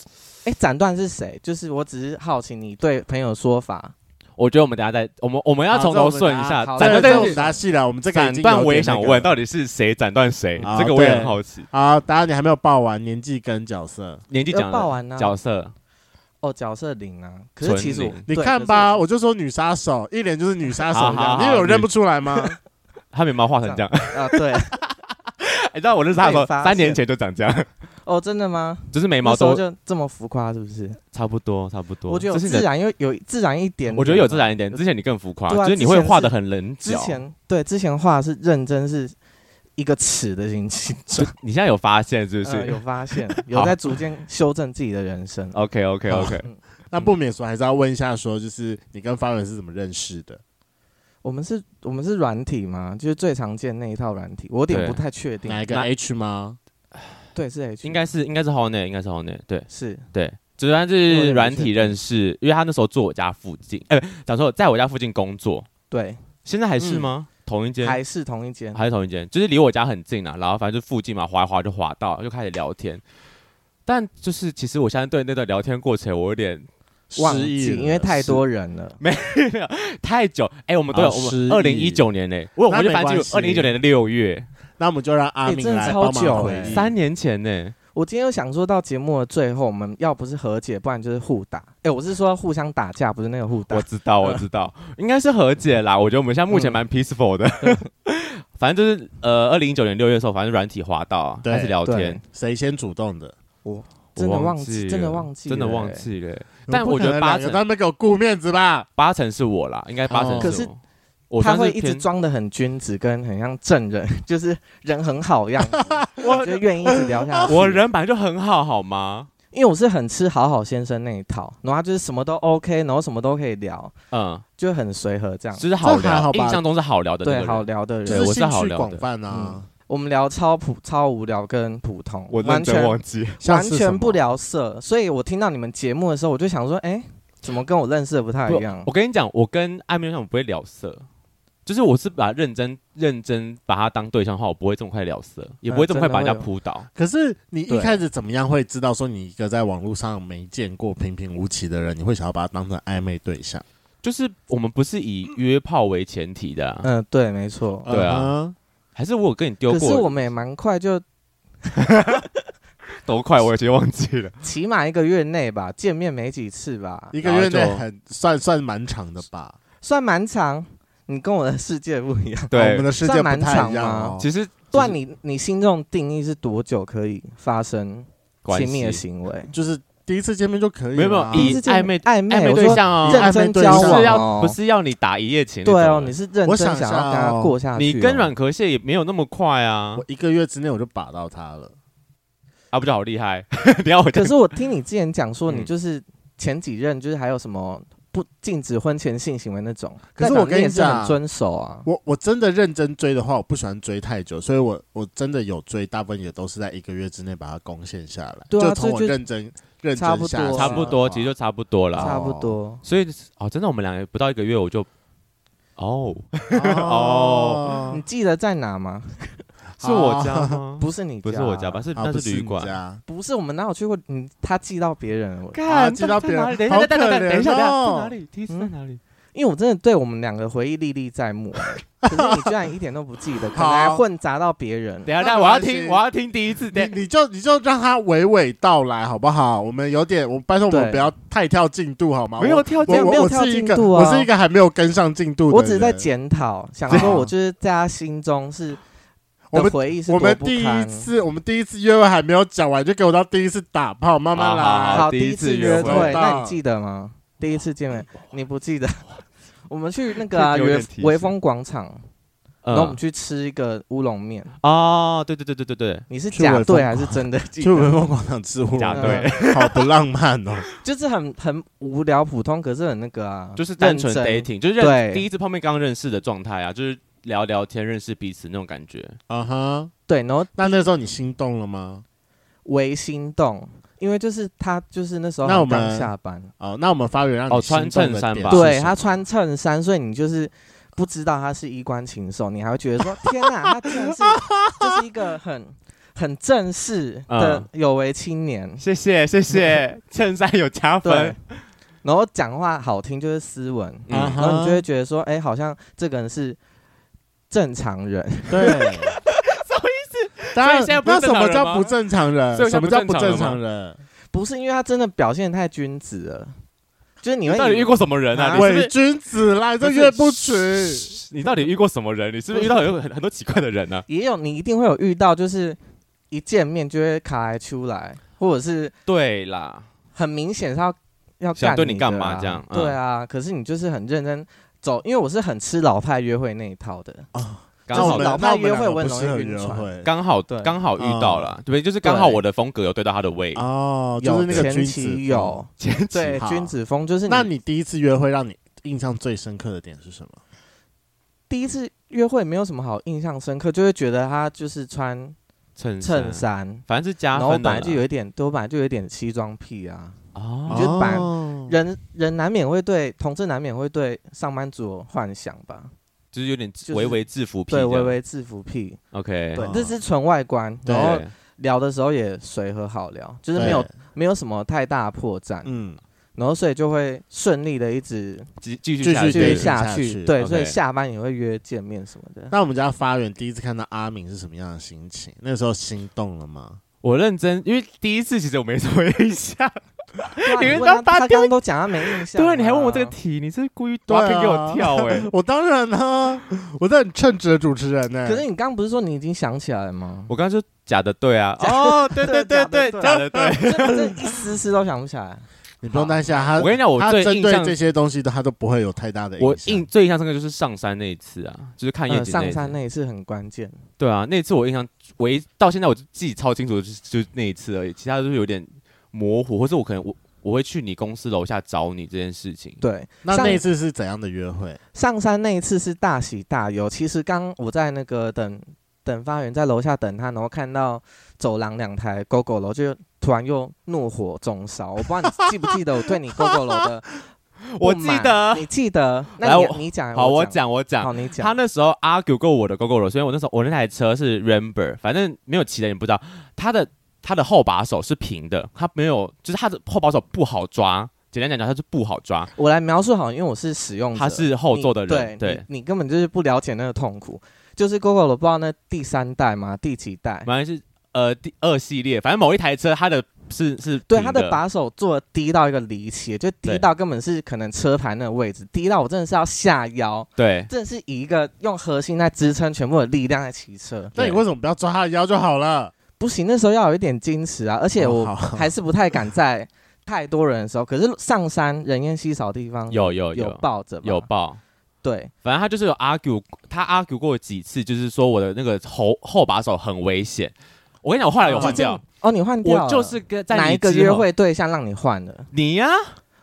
Speaker 3: 哎、斩断是谁？就是我只是好奇你对朋友说法，
Speaker 2: 我觉得我们等下再，我们我们要从头顺一下
Speaker 3: 好这我
Speaker 1: 这个
Speaker 2: 斩断
Speaker 3: 们，拿
Speaker 2: 这
Speaker 1: 我
Speaker 2: 个
Speaker 1: 们拿戏了，我们这个已
Speaker 2: 斩
Speaker 1: 经
Speaker 2: 断
Speaker 1: 有
Speaker 2: 我也
Speaker 1: 点
Speaker 2: 想
Speaker 1: 那个
Speaker 2: 问，到底是谁斩断谁？
Speaker 1: 啊
Speaker 2: 这个我也
Speaker 1: 对
Speaker 2: 很好奇。
Speaker 1: 好，答案你还没有报完，年纪跟角色，
Speaker 2: 年纪
Speaker 3: 要
Speaker 2: 讲
Speaker 3: 报
Speaker 2: 了
Speaker 3: 完呢、
Speaker 2: 角色，
Speaker 3: 哦，角色零啊。可是其实我
Speaker 2: 纯零
Speaker 1: 你
Speaker 3: 对
Speaker 1: 看
Speaker 3: 可是
Speaker 1: 吧，我就说女杀手，一脸就是女杀手一
Speaker 2: 好好
Speaker 1: 样，
Speaker 2: 好
Speaker 1: 你有认不出来吗？ [LAUGHS]
Speaker 2: 他眉毛画成这样，
Speaker 3: 啊，对，
Speaker 2: [LAUGHS] 你知道我认识他的时候，
Speaker 3: 被发现
Speaker 2: 三年前就长这样，
Speaker 3: 哦，真的吗？
Speaker 2: 就是 [LAUGHS] 眉
Speaker 3: 那
Speaker 2: 毛
Speaker 3: 时候
Speaker 2: 都
Speaker 3: 就这么浮夸，是不是？
Speaker 2: 差不多，差不多。
Speaker 3: 我觉得有
Speaker 2: 这是你的
Speaker 3: 自然，又有自然一点点
Speaker 2: 我觉得有自然一点。
Speaker 3: 有
Speaker 2: 之前你更浮夸，
Speaker 3: 对啊
Speaker 2: 就是你
Speaker 3: 之前
Speaker 2: 会
Speaker 3: 是
Speaker 2: 画的很棱
Speaker 3: 之
Speaker 2: 角。
Speaker 3: 前啊对之前画是认真是一个尺的心情，
Speaker 2: [LAUGHS] 你现在有发现是不
Speaker 3: 呃、有
Speaker 2: 是 [LAUGHS]
Speaker 3: 发现，有在逐渐修正自己的人生。
Speaker 2: ？OK OK OK，
Speaker 3: 嗯
Speaker 1: 那不免说还是要问一下，说就是你跟方圆是怎么认识的？
Speaker 3: 我们是，我们是软体嘛，就是最常见那一套软体，我有点
Speaker 2: 对
Speaker 3: 不太确定。
Speaker 1: 哪一个
Speaker 2: 那
Speaker 1: H 吗？
Speaker 3: 对，是 H，
Speaker 2: 应该是应该是 h o n e 应该是 h o n e 对
Speaker 3: 是
Speaker 2: 对。就是他是软体认识，因为他那时候住我家附近，哎、不讲错，在我家附近工作，
Speaker 3: 对，
Speaker 2: 现在还是吗？同一间
Speaker 3: 嗯还是同一间。
Speaker 2: 还是同一间，就是离我家很近啊，然后反正就附近嘛，滑一滑就滑到，就开始聊天。但就是其实我现在对那段聊天过程，我有点
Speaker 3: 忘
Speaker 1: 失忆
Speaker 3: 记，
Speaker 1: 了
Speaker 3: 因为太多人了。
Speaker 2: 太久。哎、我们都有、
Speaker 1: 啊
Speaker 2: 我
Speaker 1: 失忆
Speaker 2: 们二零一九年呢、我我
Speaker 1: 那
Speaker 2: 们就
Speaker 1: 没
Speaker 2: 反正
Speaker 1: 关系
Speaker 2: 二零一九年的六月，
Speaker 1: 那我们就让阿
Speaker 3: 哎
Speaker 1: 明
Speaker 3: 真的
Speaker 1: 来
Speaker 3: 超
Speaker 1: 帮忙
Speaker 3: 久
Speaker 1: 回
Speaker 3: 哎
Speaker 1: 忆。
Speaker 2: 三年前呢、
Speaker 3: 我今天又想说到节目的最后，我们要不是和解，不然就是互打。哎、我是说互相打架，不是那个互打
Speaker 2: 我。知道，我知道，应该是和解啦。我觉得我们现在目前蛮 peaceful 的， [LAUGHS] 反正就是呃，二零一九年六月的时候，反正软体滑到啊
Speaker 1: 对
Speaker 2: 开始聊天
Speaker 3: 对，
Speaker 1: 谁先主动的？
Speaker 3: 真的
Speaker 2: 我
Speaker 3: 忘
Speaker 2: 记
Speaker 3: 记，
Speaker 2: 了，
Speaker 3: 真的忘记，
Speaker 2: 真的忘。记了。但我觉得
Speaker 1: 不可能
Speaker 2: 八
Speaker 1: 两
Speaker 2: 成
Speaker 1: 个他们给我顾面子吧。
Speaker 2: 八成是我啦，应该八成
Speaker 1: 哦
Speaker 2: 我。
Speaker 3: 可是
Speaker 2: 我
Speaker 3: 他
Speaker 2: 算
Speaker 3: 会
Speaker 2: 是
Speaker 3: 一直
Speaker 2: 偏
Speaker 3: 装的很君子，跟很像正人， [LAUGHS] 就是人很好样子，
Speaker 2: [LAUGHS] 我
Speaker 3: 就愿意一直聊下去。
Speaker 2: 我人本来就很好，好吗？
Speaker 3: 因为我是很吃好好先生那一套，然后他就是什么都 OK，然后什么都可以聊，
Speaker 2: 嗯，
Speaker 3: 就很随和这样。
Speaker 2: 就是好
Speaker 1: 这还好
Speaker 2: 聊，
Speaker 1: 吧
Speaker 2: 印象中是好聊的那个
Speaker 3: 对，
Speaker 2: 人。
Speaker 3: 好聊的
Speaker 1: 就
Speaker 2: 对
Speaker 3: 人，
Speaker 1: 是
Speaker 2: 我是
Speaker 1: 兴
Speaker 2: 好
Speaker 1: 趣
Speaker 2: 聊
Speaker 1: 广
Speaker 2: 的嗯
Speaker 1: 泛啊，
Speaker 3: 我们聊超普、超无聊跟普通，
Speaker 2: 我
Speaker 3: 完
Speaker 2: 认真
Speaker 3: 全
Speaker 2: 忘记，
Speaker 1: 像
Speaker 3: 完
Speaker 1: 是什
Speaker 3: 全
Speaker 1: 么
Speaker 3: 不聊色。所以我听到你们节目的时候，我就想说，哎、怎么跟我认识的不太
Speaker 2: 不
Speaker 3: 一样
Speaker 2: 我？跟你讲，我跟暧昧对象我不会聊色，就是我是把认真认真把他当对象的话，我不会这么快聊色，也不会这么快把人家扑倒。
Speaker 1: 可是你一
Speaker 2: 对
Speaker 1: 开始怎么样会知道说你一个在网络上没见过、平平无奇的人，你会想要把他当成暧昧对象？
Speaker 2: 就是我们不是以约炮为前提的、啊，
Speaker 3: 嗯，对，没错。
Speaker 2: 对啊
Speaker 1: 嗯哼，
Speaker 2: 还是我有跟你丢
Speaker 3: 可是我
Speaker 2: 过？
Speaker 3: 们也蛮快，就
Speaker 2: 多快，我有些忘记了。
Speaker 3: 起码一个月内吧，见面没几次吧，
Speaker 1: 一个月
Speaker 2: 然后
Speaker 1: 内
Speaker 2: 就
Speaker 1: 很算算蛮长的吧？
Speaker 3: 算蛮长。你跟我的世界
Speaker 2: [LAUGHS]
Speaker 3: 不一
Speaker 1: 哦
Speaker 3: 样。
Speaker 1: 我
Speaker 2: 对
Speaker 1: 们，的世界
Speaker 3: 算
Speaker 1: 不
Speaker 3: 蛮
Speaker 1: 太
Speaker 3: 长
Speaker 1: 一样
Speaker 3: 吗
Speaker 1: 哦。
Speaker 2: 其实
Speaker 3: 断你你心中的定义是多久可以发生
Speaker 2: 关
Speaker 3: 亲密的
Speaker 2: 系
Speaker 3: 行为？
Speaker 1: 就是第一次见面就可以
Speaker 2: 没有没有
Speaker 1: 了啊
Speaker 2: 以
Speaker 3: 第一次见
Speaker 2: 暧昧
Speaker 3: 暧昧
Speaker 2: 暧昧
Speaker 3: 我
Speaker 2: 对
Speaker 3: 说
Speaker 2: 象哦，
Speaker 3: 认真交
Speaker 1: 暧昧对
Speaker 2: 不
Speaker 1: 象
Speaker 2: 是
Speaker 3: 往
Speaker 2: 要
Speaker 3: 哦，
Speaker 2: 不是要你打一夜情那种
Speaker 3: 对
Speaker 2: 的，
Speaker 3: 哦，你是认
Speaker 1: 我
Speaker 3: 真
Speaker 1: 想
Speaker 3: 想
Speaker 1: 一下
Speaker 3: 要跟他
Speaker 1: 哦
Speaker 3: 过下去、哦。
Speaker 2: 你跟软壳蟹也没有那么快啊
Speaker 1: 我，一个月之内我就把到他
Speaker 2: 嗯
Speaker 1: 了。
Speaker 2: 啊，不就好厉害？ [LAUGHS] 你要我讲
Speaker 3: [LAUGHS] 可是我听你之前讲说，
Speaker 2: 嗯
Speaker 3: 你就是前几任就是还有什么不禁止婚前性行为那种，
Speaker 1: 可是
Speaker 3: 代表
Speaker 1: 我跟
Speaker 3: 你
Speaker 1: 你
Speaker 3: 也是
Speaker 1: 讲
Speaker 3: 很遵守啊。
Speaker 1: 我我真的认真追的话，我不喜欢追太久，所以我我真的有追，大部分也都是在一个月之内把它攻陷下来。
Speaker 3: 对啊
Speaker 1: 就从我
Speaker 3: 这就
Speaker 1: 认真认真
Speaker 3: 差不
Speaker 1: 下
Speaker 3: 多
Speaker 2: 差不多，其实
Speaker 1: 实
Speaker 2: 就差不多了。
Speaker 3: 差不多，
Speaker 2: 所以哦，真的，我们两个不到一个月我就哦，
Speaker 1: 哦
Speaker 2: 嗯
Speaker 3: 你记得在哪吗？
Speaker 2: 是我家吗？
Speaker 3: 不是你，
Speaker 2: 哦不是我家吧？，是
Speaker 1: 啊
Speaker 2: 那
Speaker 1: 不
Speaker 2: 是旅
Speaker 1: 你
Speaker 2: 馆。
Speaker 1: 家
Speaker 3: 不是我们哪有去过？你他寄到别人了，
Speaker 1: 啊寄到别人
Speaker 2: 在哪里等一
Speaker 1: 好
Speaker 2: 下，等一
Speaker 1: 可
Speaker 2: 下，
Speaker 1: 怜
Speaker 2: 等一下，等一下，
Speaker 1: 哦
Speaker 2: 在哪里？提示在哪里？
Speaker 3: 因为我真的对我们两个回忆历历在目。欸可是你居然一点都不记得，可能还
Speaker 1: 好
Speaker 3: 混杂到别人。
Speaker 2: 等一下，
Speaker 1: 那
Speaker 2: 但
Speaker 1: 没
Speaker 2: 我要
Speaker 1: 关系
Speaker 2: 听，我要听第一次。等
Speaker 1: 你你就你就让他娓娓道来好不好？我们有点，我拜托我们
Speaker 3: 对
Speaker 1: 不要太跳进度好吗？
Speaker 2: 没有跳
Speaker 1: 我，
Speaker 2: 进
Speaker 1: 我
Speaker 3: 没
Speaker 1: 我
Speaker 3: 有
Speaker 1: 我
Speaker 3: 跳
Speaker 1: 是一
Speaker 3: 进
Speaker 1: 个、
Speaker 3: 度
Speaker 1: 我
Speaker 3: 啊
Speaker 1: 是一个还没有跟上进度的
Speaker 3: 我只是在
Speaker 1: 人
Speaker 3: 检讨，想
Speaker 1: 对
Speaker 3: 说我就是在他心中是
Speaker 1: 我
Speaker 3: 的
Speaker 1: 们
Speaker 3: 回忆是
Speaker 1: 我
Speaker 3: 多
Speaker 1: 们
Speaker 3: 不
Speaker 1: 第一
Speaker 3: 堪。
Speaker 1: 次，我们第一次约会还没有讲完，就给我到第一次打炮，慢慢
Speaker 2: 好好
Speaker 1: 来。
Speaker 3: 好，
Speaker 2: 第
Speaker 3: 第
Speaker 2: 一
Speaker 3: 一
Speaker 2: 次
Speaker 3: 次
Speaker 2: 约
Speaker 3: 约
Speaker 1: 会
Speaker 3: 会，那你记得吗？第一次见面，你不记得？我们去那个啊
Speaker 2: 这个有
Speaker 3: 微
Speaker 2: 点提示
Speaker 3: 微风广场，然后我们
Speaker 2: 嗯，
Speaker 3: 去吃一个乌龙面。
Speaker 2: 哦，对对对对对对，
Speaker 3: 你是
Speaker 1: 去微
Speaker 3: 假
Speaker 1: 风
Speaker 3: 对还是真的记
Speaker 1: 去文
Speaker 3: 得？
Speaker 1: 峰广场吃乌
Speaker 2: 假
Speaker 1: 龙
Speaker 2: 对
Speaker 1: 面，， [LAUGHS] 好不浪
Speaker 2: [LAUGHS]
Speaker 1: 漫哦！
Speaker 3: 就是很 [LAUGHS] 很无聊普通，可是很那个啊，
Speaker 2: 就是单纯
Speaker 3: 认真
Speaker 2: dating，就是认
Speaker 3: 对
Speaker 2: 第一次泡面刚认识的状态啊，就是聊聊天、认识彼此那种感觉。
Speaker 1: 啊哈，
Speaker 3: 对，然后
Speaker 1: 那那时候你心动了吗？
Speaker 3: 微心动，因为就是他就是那时候
Speaker 1: 那我们
Speaker 3: 刚下班，
Speaker 1: 哦，那我们发源让你
Speaker 2: 哦穿
Speaker 1: 心动的
Speaker 2: 衬衫
Speaker 1: 点
Speaker 2: 吧
Speaker 1: 是
Speaker 3: 对
Speaker 1: 什
Speaker 3: 他
Speaker 1: 么
Speaker 3: 穿衬衫，所以你就是不知道他是衣冠禽兽，你还会觉得说
Speaker 1: [LAUGHS]
Speaker 3: 天哪，他竟然是就是一个很很正式的
Speaker 1: 嗯
Speaker 3: 有为青年，
Speaker 2: 谢谢谢 [LAUGHS] 谢，衬衫有加
Speaker 3: 对
Speaker 2: 分。。
Speaker 3: 然后讲话好听就是斯文，
Speaker 2: 嗯
Speaker 1: 啊
Speaker 3: 然
Speaker 1: 哈
Speaker 3: 后你就会觉得说，哎、好像这个人是正常人， [LAUGHS]
Speaker 1: 对，什么意思？当然，
Speaker 2: 所以现在不
Speaker 1: 那什
Speaker 2: 是正常
Speaker 1: 么
Speaker 2: 人
Speaker 1: 叫
Speaker 2: 吗
Speaker 1: 不正常人？
Speaker 2: 所以
Speaker 1: 什
Speaker 2: 现在
Speaker 1: 么
Speaker 2: 不
Speaker 1: 叫不
Speaker 2: 正
Speaker 1: 正
Speaker 2: 常了吗
Speaker 1: 常人？
Speaker 3: 不是因为他真的表现得太君子了，就是你
Speaker 2: 你
Speaker 3: 会
Speaker 2: 到底遇过什么人啊？
Speaker 3: 啊
Speaker 2: 你是不
Speaker 1: 伪
Speaker 2: 是
Speaker 1: 君子啦，这
Speaker 2: 不是
Speaker 1: 越不群。
Speaker 2: [LAUGHS] 你到底遇过什么人？你是不是遇到有很很多奇怪的人呢？啊
Speaker 3: 也有你一定会有遇到，就是一见面就会卡来出来，或者是
Speaker 2: 对啦，
Speaker 3: 很明显是要要
Speaker 2: 想
Speaker 3: 干
Speaker 2: 对
Speaker 3: 你
Speaker 2: 你干
Speaker 3: 的
Speaker 2: 嘛
Speaker 3: 啊
Speaker 2: 这样嗯
Speaker 3: 对啊，可是你就是很认真走，因为我是很吃老派约会那一套的，
Speaker 2: 刚
Speaker 1: 哦那我
Speaker 2: 好
Speaker 1: 们
Speaker 3: 老
Speaker 1: 那
Speaker 3: 派
Speaker 1: 我们
Speaker 3: 约会
Speaker 1: 两个
Speaker 3: 我很
Speaker 1: 不
Speaker 3: 容
Speaker 1: 适
Speaker 3: 易
Speaker 1: 合
Speaker 3: 晕
Speaker 1: 约
Speaker 3: 船
Speaker 1: 会
Speaker 2: 刚好
Speaker 3: 对
Speaker 2: 刚好遇到了，对，就是刚
Speaker 3: 对
Speaker 2: 好我的风格有对到他的胃。 [LAUGHS]
Speaker 1: 哦，就
Speaker 3: 有
Speaker 1: 是那个
Speaker 3: 前
Speaker 1: 君子
Speaker 3: 期有，
Speaker 2: 前期
Speaker 3: 对
Speaker 1: 好
Speaker 3: 君子风，就是
Speaker 1: 那你第一次约会让你印象最深刻的点是什么？
Speaker 3: 第一次约会没有什么好印象深刻，就会觉得他就是穿
Speaker 2: 衬
Speaker 3: 衬，衫，
Speaker 2: 反正是加
Speaker 3: 然后
Speaker 2: 分啊的
Speaker 3: 本
Speaker 2: 啦。
Speaker 3: 来就有一点，对我本来就有一点西装癖啊，
Speaker 2: 哦，
Speaker 3: 你就把
Speaker 1: 哦
Speaker 3: 人人难免会对同志难免会对上班族有幻想吧，
Speaker 2: 就是有点
Speaker 3: 就是
Speaker 2: 微微制服癖这
Speaker 3: 对
Speaker 2: 样，
Speaker 3: 微微制服癖，
Speaker 2: OK，
Speaker 3: 对
Speaker 1: 嗯，
Speaker 3: 这是纯外观，
Speaker 1: 对
Speaker 3: 然后聊的时候也随和好聊，就是没有
Speaker 1: 对
Speaker 3: 没有什么太大破绽，
Speaker 1: 嗯，
Speaker 3: 然后所以就会顺利的一直
Speaker 2: 继继续
Speaker 1: 继续
Speaker 2: 下
Speaker 3: 继
Speaker 2: 去
Speaker 3: 续
Speaker 1: 对
Speaker 3: 下
Speaker 1: 下去
Speaker 3: 去，对，
Speaker 2: OK
Speaker 3: 所以下班也会约见面什么
Speaker 2: [LAUGHS]
Speaker 3: 的。
Speaker 1: 那我们家发源第一次看到阿明是什么样的心情？那时候心动了吗？
Speaker 2: 我认真，因为第一次其实我没什么印象。
Speaker 3: 哇
Speaker 2: 你
Speaker 3: 你
Speaker 2: 们
Speaker 3: 问
Speaker 2: 都
Speaker 3: 他，
Speaker 2: 把
Speaker 3: 他
Speaker 2: 丢
Speaker 3: 刚刚都讲他没印象啊，
Speaker 2: 对，你还问我这个题，你是故意
Speaker 1: 对啊
Speaker 2: 挖坑给我跳哎？
Speaker 1: 我当然啦、我是很称职的主持人呢、
Speaker 3: [LAUGHS]
Speaker 1: 欸
Speaker 3: 可是你刚刚不是说你已经想起来了吗？
Speaker 2: [LAUGHS]
Speaker 3: [LAUGHS]
Speaker 2: 我刚刚说假的对啊，
Speaker 3: 假
Speaker 2: 哦，对对对
Speaker 3: 对
Speaker 2: 对，
Speaker 3: 假的
Speaker 2: 假
Speaker 3: 对
Speaker 2: 的对。
Speaker 3: 真的一丝丝都想不起来。
Speaker 1: 你不用担心啊，他
Speaker 2: 我跟你讲，我
Speaker 1: 他
Speaker 2: 最
Speaker 1: 针
Speaker 2: 哦印
Speaker 1: 对
Speaker 2: 象
Speaker 1: 这些东西的他都不会有太大的
Speaker 2: 我
Speaker 1: 影
Speaker 2: 印
Speaker 1: 响。
Speaker 2: 最印象深刻就是上山那一次啊，就是 [LAUGHS] 看夜
Speaker 3: 嗯，
Speaker 2: 景那一
Speaker 3: 上
Speaker 2: 次
Speaker 3: 山那一次很关键，
Speaker 2: 对啊，那一次我印象唯到现在我就记超清楚，就是就是那一次而已，其他都是有点模糊，或是我可能我我会去你公司楼下找你这件事情。
Speaker 3: 对，
Speaker 1: 那
Speaker 3: 上
Speaker 1: 那一次是怎样的约会？
Speaker 3: 上山那一次是大喜大忧。其实刚我在那个等等发源，在楼下等他，然后看到走廊两台 GO GO 楼，就突然又怒火中烧。我不知道你记不记得我对你 GoGo 楼的
Speaker 2: [LAUGHS] 我
Speaker 3: 不
Speaker 2: 记
Speaker 3: 满
Speaker 2: 得
Speaker 3: 你记得？
Speaker 2: 来
Speaker 3: 那你
Speaker 2: 我
Speaker 3: 你讲，
Speaker 2: 好，我
Speaker 3: 讲，
Speaker 2: 讲，我讲。
Speaker 3: 好，你
Speaker 2: 他
Speaker 3: 讲。
Speaker 2: 那时候 argue 过我的 GoGo 罗，所以我那时候我那台车是 Remember，反正没有骑的人不知道。他的他的后把手是平的，他没有，就是他的后把手不好抓。简单讲讲，他是不好抓，
Speaker 3: 我来描述好，因为我是使用者，
Speaker 2: 他是后座的人。
Speaker 3: 你对
Speaker 2: 对，
Speaker 3: 你，你根本就是不了解那个痛苦。就是 GoGo 楼，不知道那第三代吗？第几代？
Speaker 2: 反正是呃第二系列，反正某一台车它的是是
Speaker 3: 对，
Speaker 2: 平
Speaker 3: 他
Speaker 2: 的
Speaker 3: 的把手做的低到一个离奇，就低
Speaker 2: 对
Speaker 3: 到根本是可能车牌那个位置，低到我真的是要下腰，
Speaker 2: 对
Speaker 3: 真的是以一个用核心在支撑全部的力量在骑车。
Speaker 1: 那你为什么不要抓他的腰就好了？
Speaker 3: 不行，那时候要有一点矜持啊，而且我
Speaker 1: 哦好
Speaker 3: 还是不太敢在太多人的时候。可是上山人烟稀少的地方
Speaker 2: 有有
Speaker 3: 有
Speaker 2: 有
Speaker 3: 抱着吧
Speaker 2: 有报，
Speaker 3: 对，
Speaker 2: 反正他就是有 argue，他 argue 过几次，就是说我的那个后后把手很危险。我跟你讲，我后来有换掉，
Speaker 3: 哦，你换掉了
Speaker 2: 我就是跟在
Speaker 3: 哪
Speaker 2: 你
Speaker 3: 一个
Speaker 2: 之后
Speaker 3: 约会对象让你换的？
Speaker 2: 你呀、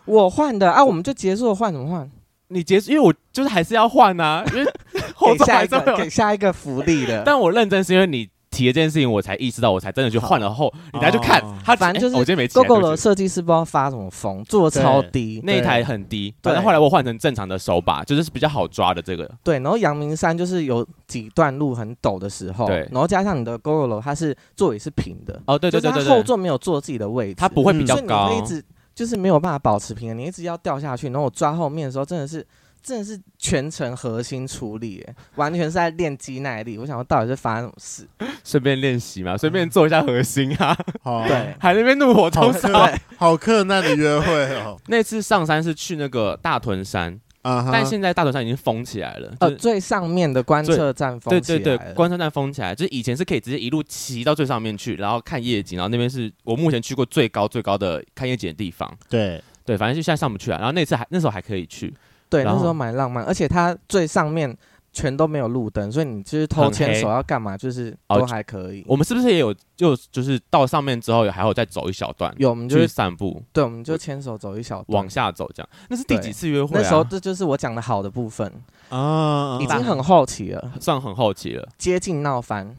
Speaker 3: 我换的啊，我们就结束了，换什么换？
Speaker 2: 你结束，因为我就是还是要换啊， [LAUGHS] 因为后
Speaker 3: 给
Speaker 2: 座
Speaker 3: 下
Speaker 2: 还
Speaker 3: 一
Speaker 2: 是会
Speaker 3: 个
Speaker 2: 有
Speaker 3: 给。下一个福利的。
Speaker 2: 但我认真是因为你提了这件事情，我才意识到，我才真的去换了后，你才去看
Speaker 1: 哦
Speaker 2: 他。
Speaker 3: 反正就是
Speaker 2: 哎我今天没骑啊
Speaker 3: GoGo
Speaker 2: 对
Speaker 3: 的
Speaker 2: 不起
Speaker 3: 设计师不知道发什么疯，做的超低。
Speaker 2: 那一台很低，
Speaker 3: 对
Speaker 2: 反正后来我换成正常的手把，就是比较好抓的这个。
Speaker 3: 对，然后阳明山就是有几段路很陡的时候，
Speaker 2: 对
Speaker 3: 然后加上你的 GoGo 楼，它是座椅是平的，
Speaker 2: 哦，对对
Speaker 3: 就
Speaker 2: 对对
Speaker 3: 是它后
Speaker 2: 对，
Speaker 3: 座没有坐自己的位置，
Speaker 2: 它不会比较
Speaker 3: 嗯所以你
Speaker 2: 高
Speaker 3: 会一，直就是没有办法保持平衡，你一直要掉下去。然后我抓后面的时候，真的是真的是全程核心处理，哎完全是在练肌耐力。我想说到底是发生什么事？
Speaker 2: 顺便练习嘛，顺便做一下核心啊， [LAUGHS]
Speaker 1: 好，
Speaker 3: 对，
Speaker 2: 还在那边怒火
Speaker 1: [LAUGHS] 好
Speaker 3: 哦
Speaker 2: 中烧。
Speaker 1: 克好克难的约会
Speaker 2: [LAUGHS]
Speaker 1: 哦。
Speaker 2: 那次上山是去那个大屯山，
Speaker 1: 啊哈，
Speaker 2: 但现在大屯山已经哦封起来了，就
Speaker 3: 呃，
Speaker 2: 是
Speaker 3: 最上面的观测站封
Speaker 2: 对
Speaker 3: 起来
Speaker 2: 对
Speaker 3: 了，
Speaker 2: 对，关山站封起来，就是以前是可以直接一路骑到最上面去，然后看夜景，然后那边是我目前去过最高最高的看夜景的地方。
Speaker 1: 对，
Speaker 2: 对，反正就现在上不去了。啊然后那次还那时候还可以去，
Speaker 3: 对，那
Speaker 2: 然后
Speaker 3: 时候蛮浪漫，而且它最上面全都没有路灯，所以你就是偷
Speaker 2: 很
Speaker 3: 牵
Speaker 2: 黑
Speaker 3: 手要
Speaker 2: [LAUGHS]
Speaker 3: 干嘛，就是
Speaker 2: 哦
Speaker 3: 都
Speaker 2: 就
Speaker 3: 还可以。
Speaker 2: 我们是不是也有就就是到上面之后还有再走一小段，
Speaker 3: 有，我们就
Speaker 2: 去
Speaker 3: 是
Speaker 2: 散步
Speaker 3: 对，我们就牵手走一小段
Speaker 2: 往。下走这样？那是第几
Speaker 3: 对
Speaker 2: 次约会、啊？嗯
Speaker 3: 那时候这就是我讲的好的部分，
Speaker 1: 啊，
Speaker 3: 已经很好奇了，
Speaker 2: 算很后期了，
Speaker 3: 接近
Speaker 2: [LAUGHS]
Speaker 3: 闹翻，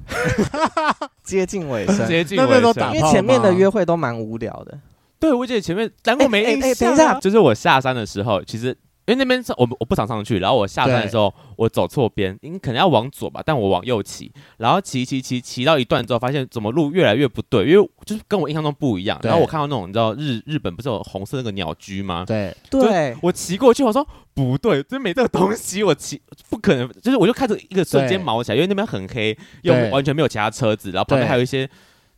Speaker 3: 接近尾声。
Speaker 2: 接近
Speaker 1: 那边
Speaker 2: 尾
Speaker 1: 都
Speaker 2: 声
Speaker 1: 打
Speaker 3: 因为
Speaker 1: 炮
Speaker 3: 前面的
Speaker 1: 吗
Speaker 3: 约会都蛮无聊的，
Speaker 2: 对，我记得前面，难怪我没
Speaker 3: 哎哎
Speaker 2: 印
Speaker 3: 哎
Speaker 2: 象、
Speaker 3: 等
Speaker 2: 啊
Speaker 3: 一下
Speaker 2: 就是我下山的时候，其实因为那边是我我不常上去，然后我下山的时候我走错边，因为可能要往左吧，但我往右骑，然后骑骑骑骑到一段之后，发现怎么路越来越不对，因为就是跟我印象中不一样。
Speaker 1: 对
Speaker 2: 然后我看到那种你知道日日本不是有红色那个鸟居
Speaker 3: 嗯
Speaker 2: 吗？
Speaker 1: 对，
Speaker 3: 对，
Speaker 2: 我骑过去，我说不对，这没这个东西，我骑不可能，就是我就开始一个瞬间
Speaker 1: 对
Speaker 2: 毛起来，因为那边很黑，又
Speaker 1: 对
Speaker 2: 完全没有其他车子，然后旁边
Speaker 1: 对
Speaker 2: 还有一些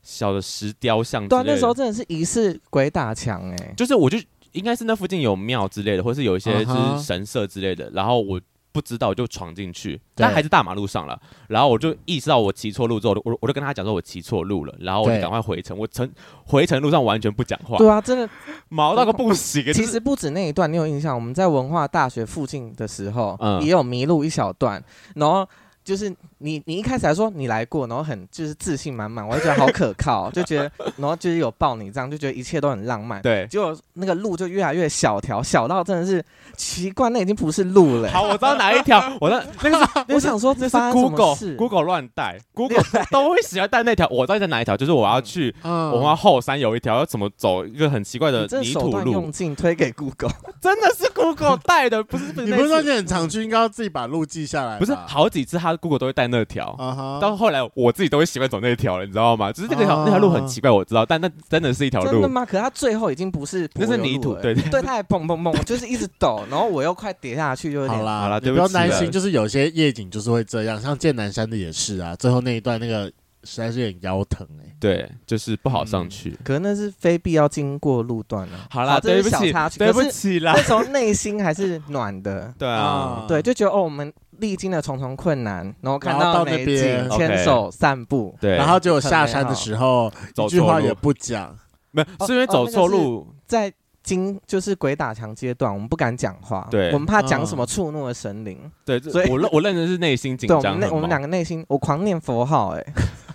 Speaker 2: 小的石雕像之
Speaker 3: 对啊
Speaker 2: 类，的。
Speaker 3: 那时候真的是疑似鬼打墙哎，
Speaker 2: 就是我就应该是那附近有庙之类的，或是有一些
Speaker 1: 嗯哼
Speaker 2: 就是神社之类的然后我不知道我就闯进去，但还是大马路上了。然后我就意识到我骑错路之后，我我就跟他讲说我骑错路了，然后我就
Speaker 1: 对
Speaker 2: 赶快回程。我程回程路上完全不讲话，
Speaker 3: 对啊，真的。
Speaker 2: 毛到个不行。就
Speaker 3: 其
Speaker 2: 是
Speaker 3: 实不止那一段，你有印象？我们在文化大学附近的时候，
Speaker 2: 嗯
Speaker 3: 也有迷路一小段，然后。就是你，你一开始还说你来过，然后很就是自信满满，我就觉得好可靠，哦就觉得，然后就是有抱你这样，就觉得一切都很浪漫。，
Speaker 2: 对，
Speaker 3: 结果那个路就越来越小条，小到真的是奇怪，那已经不是路了欸、
Speaker 2: 好，我知道哪一
Speaker 3: [LAUGHS]
Speaker 2: 条，我那那个是
Speaker 3: 我想说
Speaker 2: 那
Speaker 3: 这
Speaker 2: 是
Speaker 3: 发生什么
Speaker 2: Google
Speaker 3: 事
Speaker 2: Google 乱带，Google
Speaker 3: [LAUGHS]
Speaker 2: 都会喜欢带那条，我知道在哪一条，就是我要去。
Speaker 1: 嗯
Speaker 2: 文化后山有一条要怎么走一个很奇怪的
Speaker 3: 你这
Speaker 2: 泥
Speaker 3: 手
Speaker 2: 土
Speaker 3: 段
Speaker 2: 路
Speaker 3: 用，尽推给 Google，
Speaker 2: 真的是 Google 带的，不是不是
Speaker 1: 你
Speaker 2: 那
Speaker 1: 不是说
Speaker 2: 次
Speaker 1: 你很常去，应该要自己把路记下来吧？
Speaker 2: 不是
Speaker 3: 啊
Speaker 2: 好几次他 Google 都会带那条，
Speaker 3: 哦
Speaker 1: 啊哈，
Speaker 2: 到后来我自己都会习惯走那条了，你知道吗？就是这个条、
Speaker 1: 啊
Speaker 2: 那条路很奇怪，我知道，但那真的是一条
Speaker 3: 哦真的
Speaker 2: 路，
Speaker 3: 吗？可是它最后已经不是柏
Speaker 2: 那
Speaker 3: 油路
Speaker 2: 是
Speaker 3: 了，
Speaker 2: 泥土，对对
Speaker 3: 对，它还砰砰砰，就是一直抖，然后我又快跌下去，就有
Speaker 1: 好
Speaker 3: 点
Speaker 1: 啦
Speaker 2: 好啦
Speaker 1: 你
Speaker 2: 对
Speaker 1: 不
Speaker 2: 不
Speaker 1: 要
Speaker 2: 起
Speaker 1: 担
Speaker 2: 啦
Speaker 1: 心，就是有些夜景就是会这样，像剑南山的也是啊，最后那一段那个实在是有点腰疼哎、
Speaker 2: 对，就是不好上去。
Speaker 3: 可是那是非必要经过路
Speaker 1: [LAUGHS]
Speaker 3: 段啊。
Speaker 2: 好啦，
Speaker 3: 嗯这
Speaker 2: 对
Speaker 3: 是
Speaker 2: 不
Speaker 3: 小
Speaker 2: 起
Speaker 3: 插，曲。
Speaker 2: 对不
Speaker 3: 可是
Speaker 2: 起啦，
Speaker 3: [LAUGHS] 那，时候内心还是暖的
Speaker 2: 对
Speaker 1: 嗯
Speaker 2: 啊，
Speaker 3: 对，就觉得哦，我们历经了重重困难，然后看
Speaker 1: 然后到
Speaker 3: 美
Speaker 1: 那边
Speaker 3: 景，牵手散步，
Speaker 2: 对，
Speaker 1: 然后结果下山的时候一
Speaker 2: 走
Speaker 1: 句
Speaker 2: 错
Speaker 1: 话
Speaker 2: 路
Speaker 1: 也，不讲，
Speaker 2: 没
Speaker 3: 哦
Speaker 2: 有，是因为走错路，
Speaker 3: 在经就是鬼打墙阶段，我们不敢讲话，
Speaker 2: 对
Speaker 3: 我们怕讲什么触怒了神灵，
Speaker 2: 对，这
Speaker 3: 所以
Speaker 2: 我认我认真是内心紧
Speaker 3: 对我
Speaker 2: 张
Speaker 3: 们
Speaker 2: 很
Speaker 3: 内我们
Speaker 2: 猛
Speaker 3: 两个内心，我狂念佛号，哎，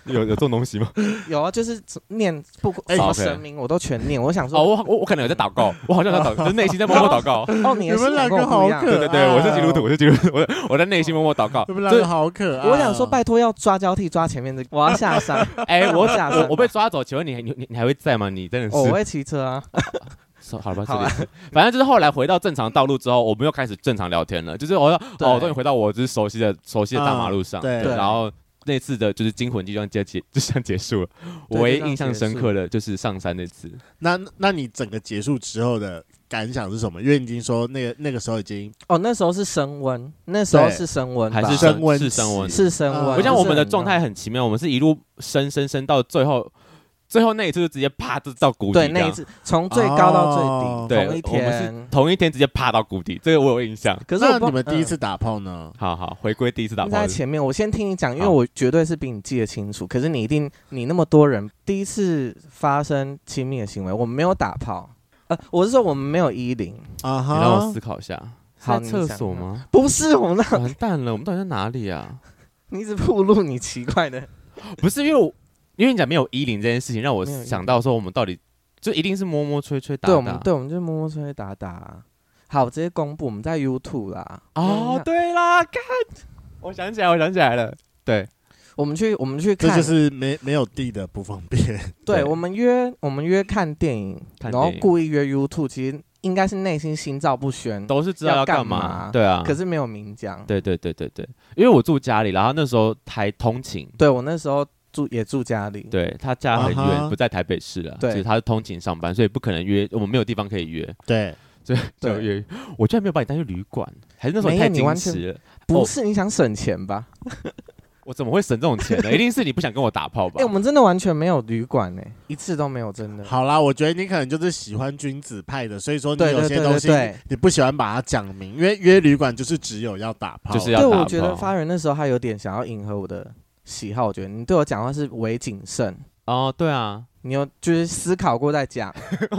Speaker 2: 有有这种东西吗？
Speaker 3: 有啊，就是念不
Speaker 1: 哎
Speaker 3: 什么
Speaker 2: OK
Speaker 3: 神明我都全念。 [LAUGHS] 我想
Speaker 2: 哦，
Speaker 3: 说，
Speaker 2: 我我我可能有在祷告，我好像在祷，
Speaker 3: [LAUGHS]
Speaker 2: 就是内心在默默祷告。
Speaker 3: 哦，你
Speaker 1: 你
Speaker 3: 的
Speaker 1: 们
Speaker 3: 信
Speaker 1: 两
Speaker 3: 仰跟
Speaker 1: 个
Speaker 3: 我不
Speaker 1: 好
Speaker 3: 一
Speaker 1: 可爱、。
Speaker 2: 对
Speaker 3: 样
Speaker 2: 对，我是基督徒，我是基督徒，我我在内心默默祷
Speaker 3: [LAUGHS]
Speaker 2: 告。
Speaker 1: 你们两
Speaker 2: 对
Speaker 1: 个，好可啊爱、
Speaker 3: 我想说，拜托要抓交替抓前面的，我要下山，
Speaker 2: [LAUGHS] 哎，我
Speaker 3: 下山
Speaker 2: 我我被抓走，请问你你你你还会在吗？你真的
Speaker 3: 哦我
Speaker 2: 是
Speaker 3: 会骑车啊。
Speaker 2: 是好了吧？
Speaker 3: 好
Speaker 2: 这
Speaker 3: 啊
Speaker 2: 里是 [LAUGHS] 反正就是后来回到正常道路之后，我们又开始正常聊天了。就是我说
Speaker 3: 对
Speaker 2: 哦，终于回到我就是熟悉的熟悉的大马路上。
Speaker 1: 嗯对
Speaker 3: 对
Speaker 2: 然后那次的就是惊魂记就这样结 [LAUGHS] 结就这样结束了。
Speaker 3: 对
Speaker 2: 我唯一
Speaker 3: 就这样
Speaker 2: 印象
Speaker 3: 结束
Speaker 2: 深刻的就是上山那次。
Speaker 1: 那那你整个结束之后的感想是什么？因为你已经说那个那个时候已经
Speaker 3: 哦，那时候是升温，那时候
Speaker 1: 对
Speaker 3: 是升温吧，
Speaker 2: 还是
Speaker 1: 升温
Speaker 2: 是升温，
Speaker 3: 是升温。
Speaker 1: 嗯
Speaker 2: 我
Speaker 1: 觉
Speaker 2: 想
Speaker 1: 得
Speaker 2: 我们的状态很奇妙，我们是一路升升升到最后，最后那一次就直接啪就到谷底这
Speaker 3: 对
Speaker 2: 样。
Speaker 3: 那一次从最高到
Speaker 1: 哦
Speaker 3: 最低，
Speaker 2: 啊
Speaker 3: 同
Speaker 2: 对
Speaker 3: 一
Speaker 2: 我们是
Speaker 3: 天。
Speaker 2: 同一天直接啪到谷底，这个我有印象。
Speaker 3: 可是
Speaker 1: 那
Speaker 3: 我不
Speaker 1: 你们第一次
Speaker 3: 嗯
Speaker 1: 打炮呢？
Speaker 2: 好好，回归第一次打
Speaker 3: 那
Speaker 2: 炮
Speaker 3: 在
Speaker 2: 日，
Speaker 3: 前面，我先听你讲，因
Speaker 2: 嗯
Speaker 3: 为
Speaker 2: 好
Speaker 3: 我绝对是比你记得清楚。可是你一定，你那么多人第一次发生亲密的行为，我们没有打炮，呃，我是说我们没有衣领，
Speaker 1: 啊
Speaker 2: 你让
Speaker 1: 哈
Speaker 2: 我思，考一下。是
Speaker 3: 好
Speaker 2: 在
Speaker 3: 你
Speaker 2: 厕
Speaker 3: 想
Speaker 2: 所吗？
Speaker 3: 不是我们那，
Speaker 2: 完蛋了，我们到底在哪里啊？
Speaker 3: 你一直暴露你奇怪的，
Speaker 2: [LAUGHS] 不是因为我，因为你讲没有衣领这件事情，让我
Speaker 3: 没有衣领
Speaker 2: 想到说我们到底就一定是摸摸吹吹打
Speaker 3: 对，
Speaker 2: 打。
Speaker 3: 我们对，我们就摸摸吹吹打打啊。好，我直接公布，我们在 YouTube 啦。
Speaker 2: 哦，
Speaker 3: 嗯，
Speaker 2: 对啦，看，我想起来，我想起来了，对，
Speaker 3: 我们去，我们去
Speaker 1: 这
Speaker 3: 看，
Speaker 1: 就是没没有地的不方
Speaker 3: [LAUGHS]
Speaker 1: 便。
Speaker 3: 对
Speaker 2: 对
Speaker 3: 我们约，我们约看电影，
Speaker 2: 看
Speaker 3: 然后
Speaker 2: 电影
Speaker 3: 故意约 YouTube，其实应该是内心心照不宣，
Speaker 2: 都是知道要
Speaker 3: 要干
Speaker 2: 干嘛，
Speaker 3: 嘛
Speaker 2: 对啊。
Speaker 3: 可是没有明讲。
Speaker 2: 对对对对对，因为我住家里，然后那时候还通勤，
Speaker 3: 对我那时候住也住家里，
Speaker 2: 对他家很
Speaker 1: 啊
Speaker 2: 远，
Speaker 1: 哈
Speaker 2: 不在台北市了，
Speaker 3: 对
Speaker 2: 所以他是通勤上班，所以不可能约，我们没有地方可以约，
Speaker 1: 对，
Speaker 2: 就
Speaker 3: 对
Speaker 2: 约。我居然没有把你带去旅馆，还是那时候
Speaker 3: 没
Speaker 2: 你
Speaker 3: 有
Speaker 2: 太
Speaker 3: 你
Speaker 2: 矜
Speaker 3: 完
Speaker 2: 持了，
Speaker 3: 不
Speaker 2: 哦
Speaker 3: 是你想省钱吧？
Speaker 2: 我怎么会省这种钱呢？一定是你不想跟我打炮吧
Speaker 3: 哎、？我们真的完全没有旅馆哎、一次都没有，真的。
Speaker 1: 好啦，我觉得你可能就是喜欢君子派的，所以说你
Speaker 3: 对
Speaker 1: 有
Speaker 3: 对
Speaker 1: 些
Speaker 3: 对
Speaker 1: 东
Speaker 3: 对
Speaker 1: 西
Speaker 3: 对，
Speaker 1: 你不喜欢把它讲明，因为约旅馆就是只有要打炮，
Speaker 2: 就是要
Speaker 3: 对，
Speaker 2: 打啊
Speaker 3: 我觉得
Speaker 2: 炮
Speaker 3: 发源那时候他有点想要迎合我的喜好，我觉得你对我讲话是为谨慎，
Speaker 2: 哦，对啊，
Speaker 3: 你有就是思考过再讲。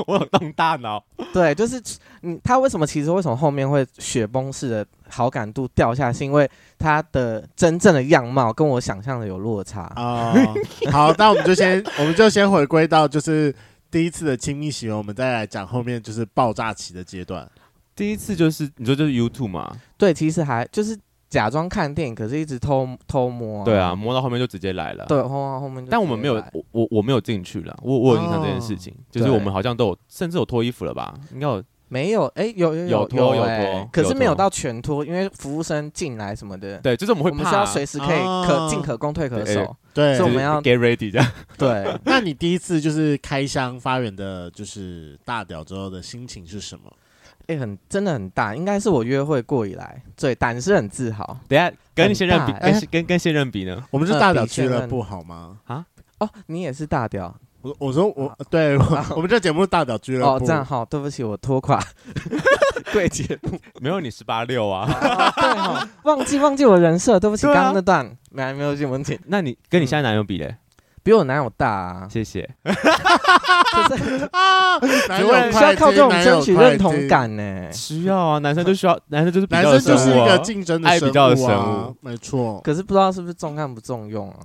Speaker 2: 我有动大脑，
Speaker 3: [LAUGHS] 对，就是你他为什么其实为什么后面会雪崩式的好感度掉下，是因为他的真正的样貌跟我想象的有落差。
Speaker 1: 啊、好，那我们就先， [LAUGHS] 我们就先回归到就是第一次的亲密行为，我们再来讲后面就是爆炸期的阶段。
Speaker 2: 第一次就是你说就是 YouTube 嘛，
Speaker 3: 对，其实还就是假装看电影，可是一直偷偷摸、
Speaker 2: 对啊，，摸到后面就直接来了，
Speaker 3: 哦对，后后后面就
Speaker 2: 但我
Speaker 3: 直
Speaker 2: 们
Speaker 3: 接
Speaker 2: 没有
Speaker 3: 来，
Speaker 2: 我我我没有进去了，我我有印象这件事
Speaker 1: 哦
Speaker 2: 情，就是
Speaker 3: 对
Speaker 2: 我们好像都有，甚至有脱衣服了吧？应该有
Speaker 3: 没有，哎、有有
Speaker 2: 有
Speaker 3: 有
Speaker 2: 脱有
Speaker 3: 哎
Speaker 2: 脱
Speaker 3: 可
Speaker 2: 有
Speaker 3: 是没有
Speaker 2: 脱
Speaker 3: 到全脱，因为服务生进来什么的，
Speaker 2: 对，就是我们会
Speaker 3: 我们
Speaker 2: 怕
Speaker 3: 需要
Speaker 2: 啊
Speaker 3: 随时可以
Speaker 1: 啊
Speaker 3: 可进可攻退可
Speaker 2: 对
Speaker 3: 守。
Speaker 1: 对
Speaker 2: 就
Speaker 3: 所以我
Speaker 2: 是
Speaker 3: 们要
Speaker 2: get ready 这样。 [LAUGHS]
Speaker 3: 对，
Speaker 1: [LAUGHS] 那你第一次就是开箱发源的，就是大屌之后的心情是什么？
Speaker 3: 哎、很真的很大，应该是我约会过以来最胆是很自豪。
Speaker 2: 等一下跟
Speaker 3: 很
Speaker 2: 现任比，
Speaker 3: 大
Speaker 2: 跟
Speaker 3: 哎
Speaker 2: 跟跟现任比呢？
Speaker 1: 我们是
Speaker 3: 呃
Speaker 1: 大屌
Speaker 3: 比
Speaker 1: 俱
Speaker 3: 现
Speaker 1: 乐
Speaker 3: 任
Speaker 1: 部好吗？
Speaker 3: 哦，你也是大屌
Speaker 1: 我我说我对，我我们这节目是大屌俱乐
Speaker 3: 哦，
Speaker 1: 部
Speaker 3: 这，样好，对不起，我拖垮 [LAUGHS] 贵节目，
Speaker 2: 没有你十八六啊？
Speaker 3: 哦对哈，忘记忘记我人设，对不起，
Speaker 2: 对啊
Speaker 3: 刚刚那段没没有问题，
Speaker 2: [LAUGHS] 那你跟你现在男友比嘞？
Speaker 3: 比我男友
Speaker 1: [LAUGHS]
Speaker 3: 大啊，
Speaker 2: 谢谢。
Speaker 3: 就是
Speaker 1: 啊，男友
Speaker 2: 问
Speaker 3: 需要
Speaker 1: 快
Speaker 3: 靠这
Speaker 1: 进
Speaker 3: 种
Speaker 1: 男
Speaker 3: 争
Speaker 1: 友
Speaker 3: 取
Speaker 1: 快
Speaker 3: 认同
Speaker 1: 进
Speaker 3: 感呢。
Speaker 2: 需要啊，男生就需要，男生就是比
Speaker 1: 男
Speaker 2: 较
Speaker 1: 生
Speaker 2: 的
Speaker 1: 就是一
Speaker 2: 生物
Speaker 1: 个
Speaker 2: 啊
Speaker 1: 竞争的
Speaker 2: 爱比较的
Speaker 1: 生
Speaker 2: 生
Speaker 1: 啊，没错。
Speaker 3: 可是不知道是不是重看不重用啊，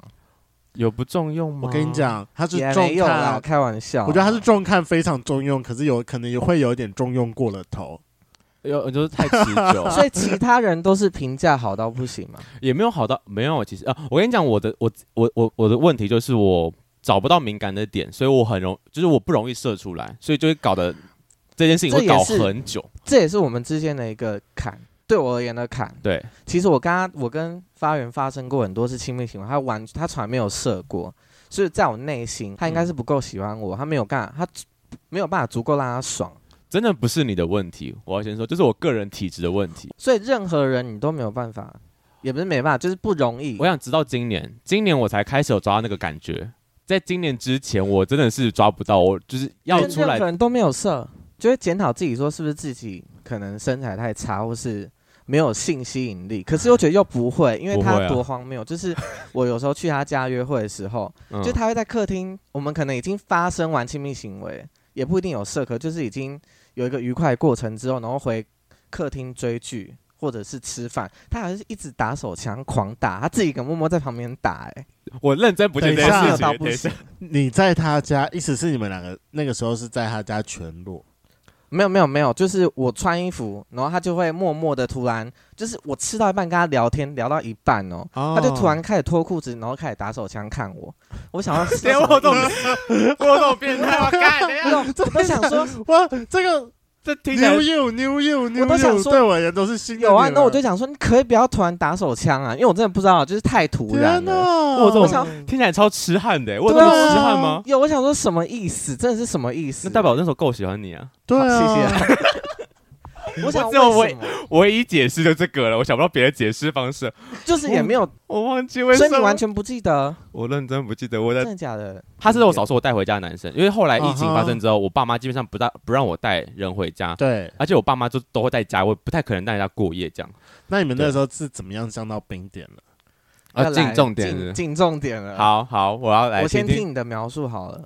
Speaker 2: 有不重用吗？
Speaker 1: 我跟你，讲，他是
Speaker 3: 也没
Speaker 1: 重
Speaker 3: 有啦，
Speaker 1: 看，
Speaker 3: 开玩笑。啊
Speaker 1: 我觉得他是重看非常中用，可是有可能也会有一点中用过了头。
Speaker 2: 有就是太持久啊
Speaker 3: [LAUGHS] ，所以其他人都是评价好到不行嘛。
Speaker 2: 也没有好到没有。其实啊，我跟你讲，我的我我我我的问题就是我找不到敏感的点，所以我很容就是我不容易射出来，所以就会搞得这件事情
Speaker 3: 这
Speaker 2: 会
Speaker 3: 也
Speaker 2: 搞
Speaker 3: 是
Speaker 2: 很久。
Speaker 3: 这也是我们之间的一个坎，对我而言的坎。
Speaker 2: 对，
Speaker 3: 其实我跟他，我跟发源发生过很多次亲密行为，他完他从来没有射过，所以在我内心，他应该是不够喜欢我，他没有干，他没有办法足够让他爽。
Speaker 2: 真的不是你的问题，我要先说，就是我个人体质的问题。
Speaker 3: 所以任何人你都没有办法，也不是没办法，就是不容易
Speaker 2: 我。想直到今年，今年我才开始有抓到那个感觉。在今年之前，我真的是抓不到，我就是要
Speaker 3: 跟
Speaker 2: 出来
Speaker 3: 任何人都没有射，就会检讨自己说是不是自己可能身材太差，或是没有性吸引力。可是又觉得又不会，因为
Speaker 2: 不会
Speaker 3: 他
Speaker 2: 啊
Speaker 3: 多荒谬。就是我有时候去他家约会的时候，
Speaker 2: 嗯
Speaker 3: 就他会在客厅，我们可能已经发生完亲密行为，也不一定有射，可就是已经有一个愉快的过程之后，然后回客厅追剧。或者是吃饭，他还是一直打手枪狂打，他自己一个默默在旁边打、哎，
Speaker 2: 我认真不见这
Speaker 1: 等一
Speaker 2: 件
Speaker 1: 下
Speaker 2: 事情。
Speaker 3: 到不
Speaker 2: 等一下
Speaker 3: 行，
Speaker 1: 你在他家，意思是你们两个那个时候是在他家全裸，
Speaker 3: 没有没有没有，就是我穿衣服，然后他就会默默的突然，就是我吃到一半跟他聊天，聊到一半哦，
Speaker 2: 他
Speaker 3: 他就突 [LAUGHS] 然开始脱裤子，然后开始打手枪看我，我想要，
Speaker 2: 对， [LAUGHS] 我有这种，我有这种变态，我干的
Speaker 3: [LAUGHS]
Speaker 2: 呀！
Speaker 3: 我想说
Speaker 1: 哇，这个
Speaker 2: 这听起来
Speaker 1: new you new you new
Speaker 3: 我都想
Speaker 1: you
Speaker 3: 说
Speaker 1: 对我而言都是新的女儿。
Speaker 3: 有啊，那我就想说，你可以不要突然打手枪啊，因为我真的不知道，就是太突然
Speaker 1: 天
Speaker 3: 了。
Speaker 1: 哪，
Speaker 2: 我这
Speaker 3: 我
Speaker 2: 种
Speaker 3: 想
Speaker 1: 嗯
Speaker 2: 听起来超痴汉的，欸我有
Speaker 3: 对
Speaker 2: 这
Speaker 3: 啊
Speaker 2: 么痴汉吗？
Speaker 3: 有，我想说什么意思？真的是什么意思？
Speaker 2: 那代表我那时候够喜欢你啊！
Speaker 1: 对
Speaker 3: 好谢
Speaker 1: 啊，
Speaker 3: 谢。 [LAUGHS] 我想
Speaker 2: 我只有
Speaker 3: 为什么？
Speaker 2: 我唯一解释就这个了，我想不到别的解释方式，
Speaker 3: 就是也没有，
Speaker 2: 我忘记为
Speaker 3: 所以
Speaker 2: 什
Speaker 3: 你
Speaker 2: 么
Speaker 3: 完。全不记得，
Speaker 2: 我认真不记得我
Speaker 3: 真
Speaker 2: 在，
Speaker 3: 的假的？
Speaker 2: 他是我少数我带回家的男生，因为后来疫情
Speaker 1: 啊哈
Speaker 2: 发生之后，我爸妈基本上不大不让我带人回
Speaker 1: [LAUGHS]
Speaker 2: 家，
Speaker 1: 对，
Speaker 2: 而且我爸妈就都会在家，我不太可能带人家过夜这样。
Speaker 1: 那你们那时候是怎么样降到冰点的？
Speaker 2: 啊，
Speaker 3: 要来
Speaker 2: 进重点
Speaker 3: 进
Speaker 2: 了，
Speaker 3: 进重点了。，
Speaker 2: 好好，我要来
Speaker 3: 我先
Speaker 2: 听，
Speaker 3: 听你的描述好了。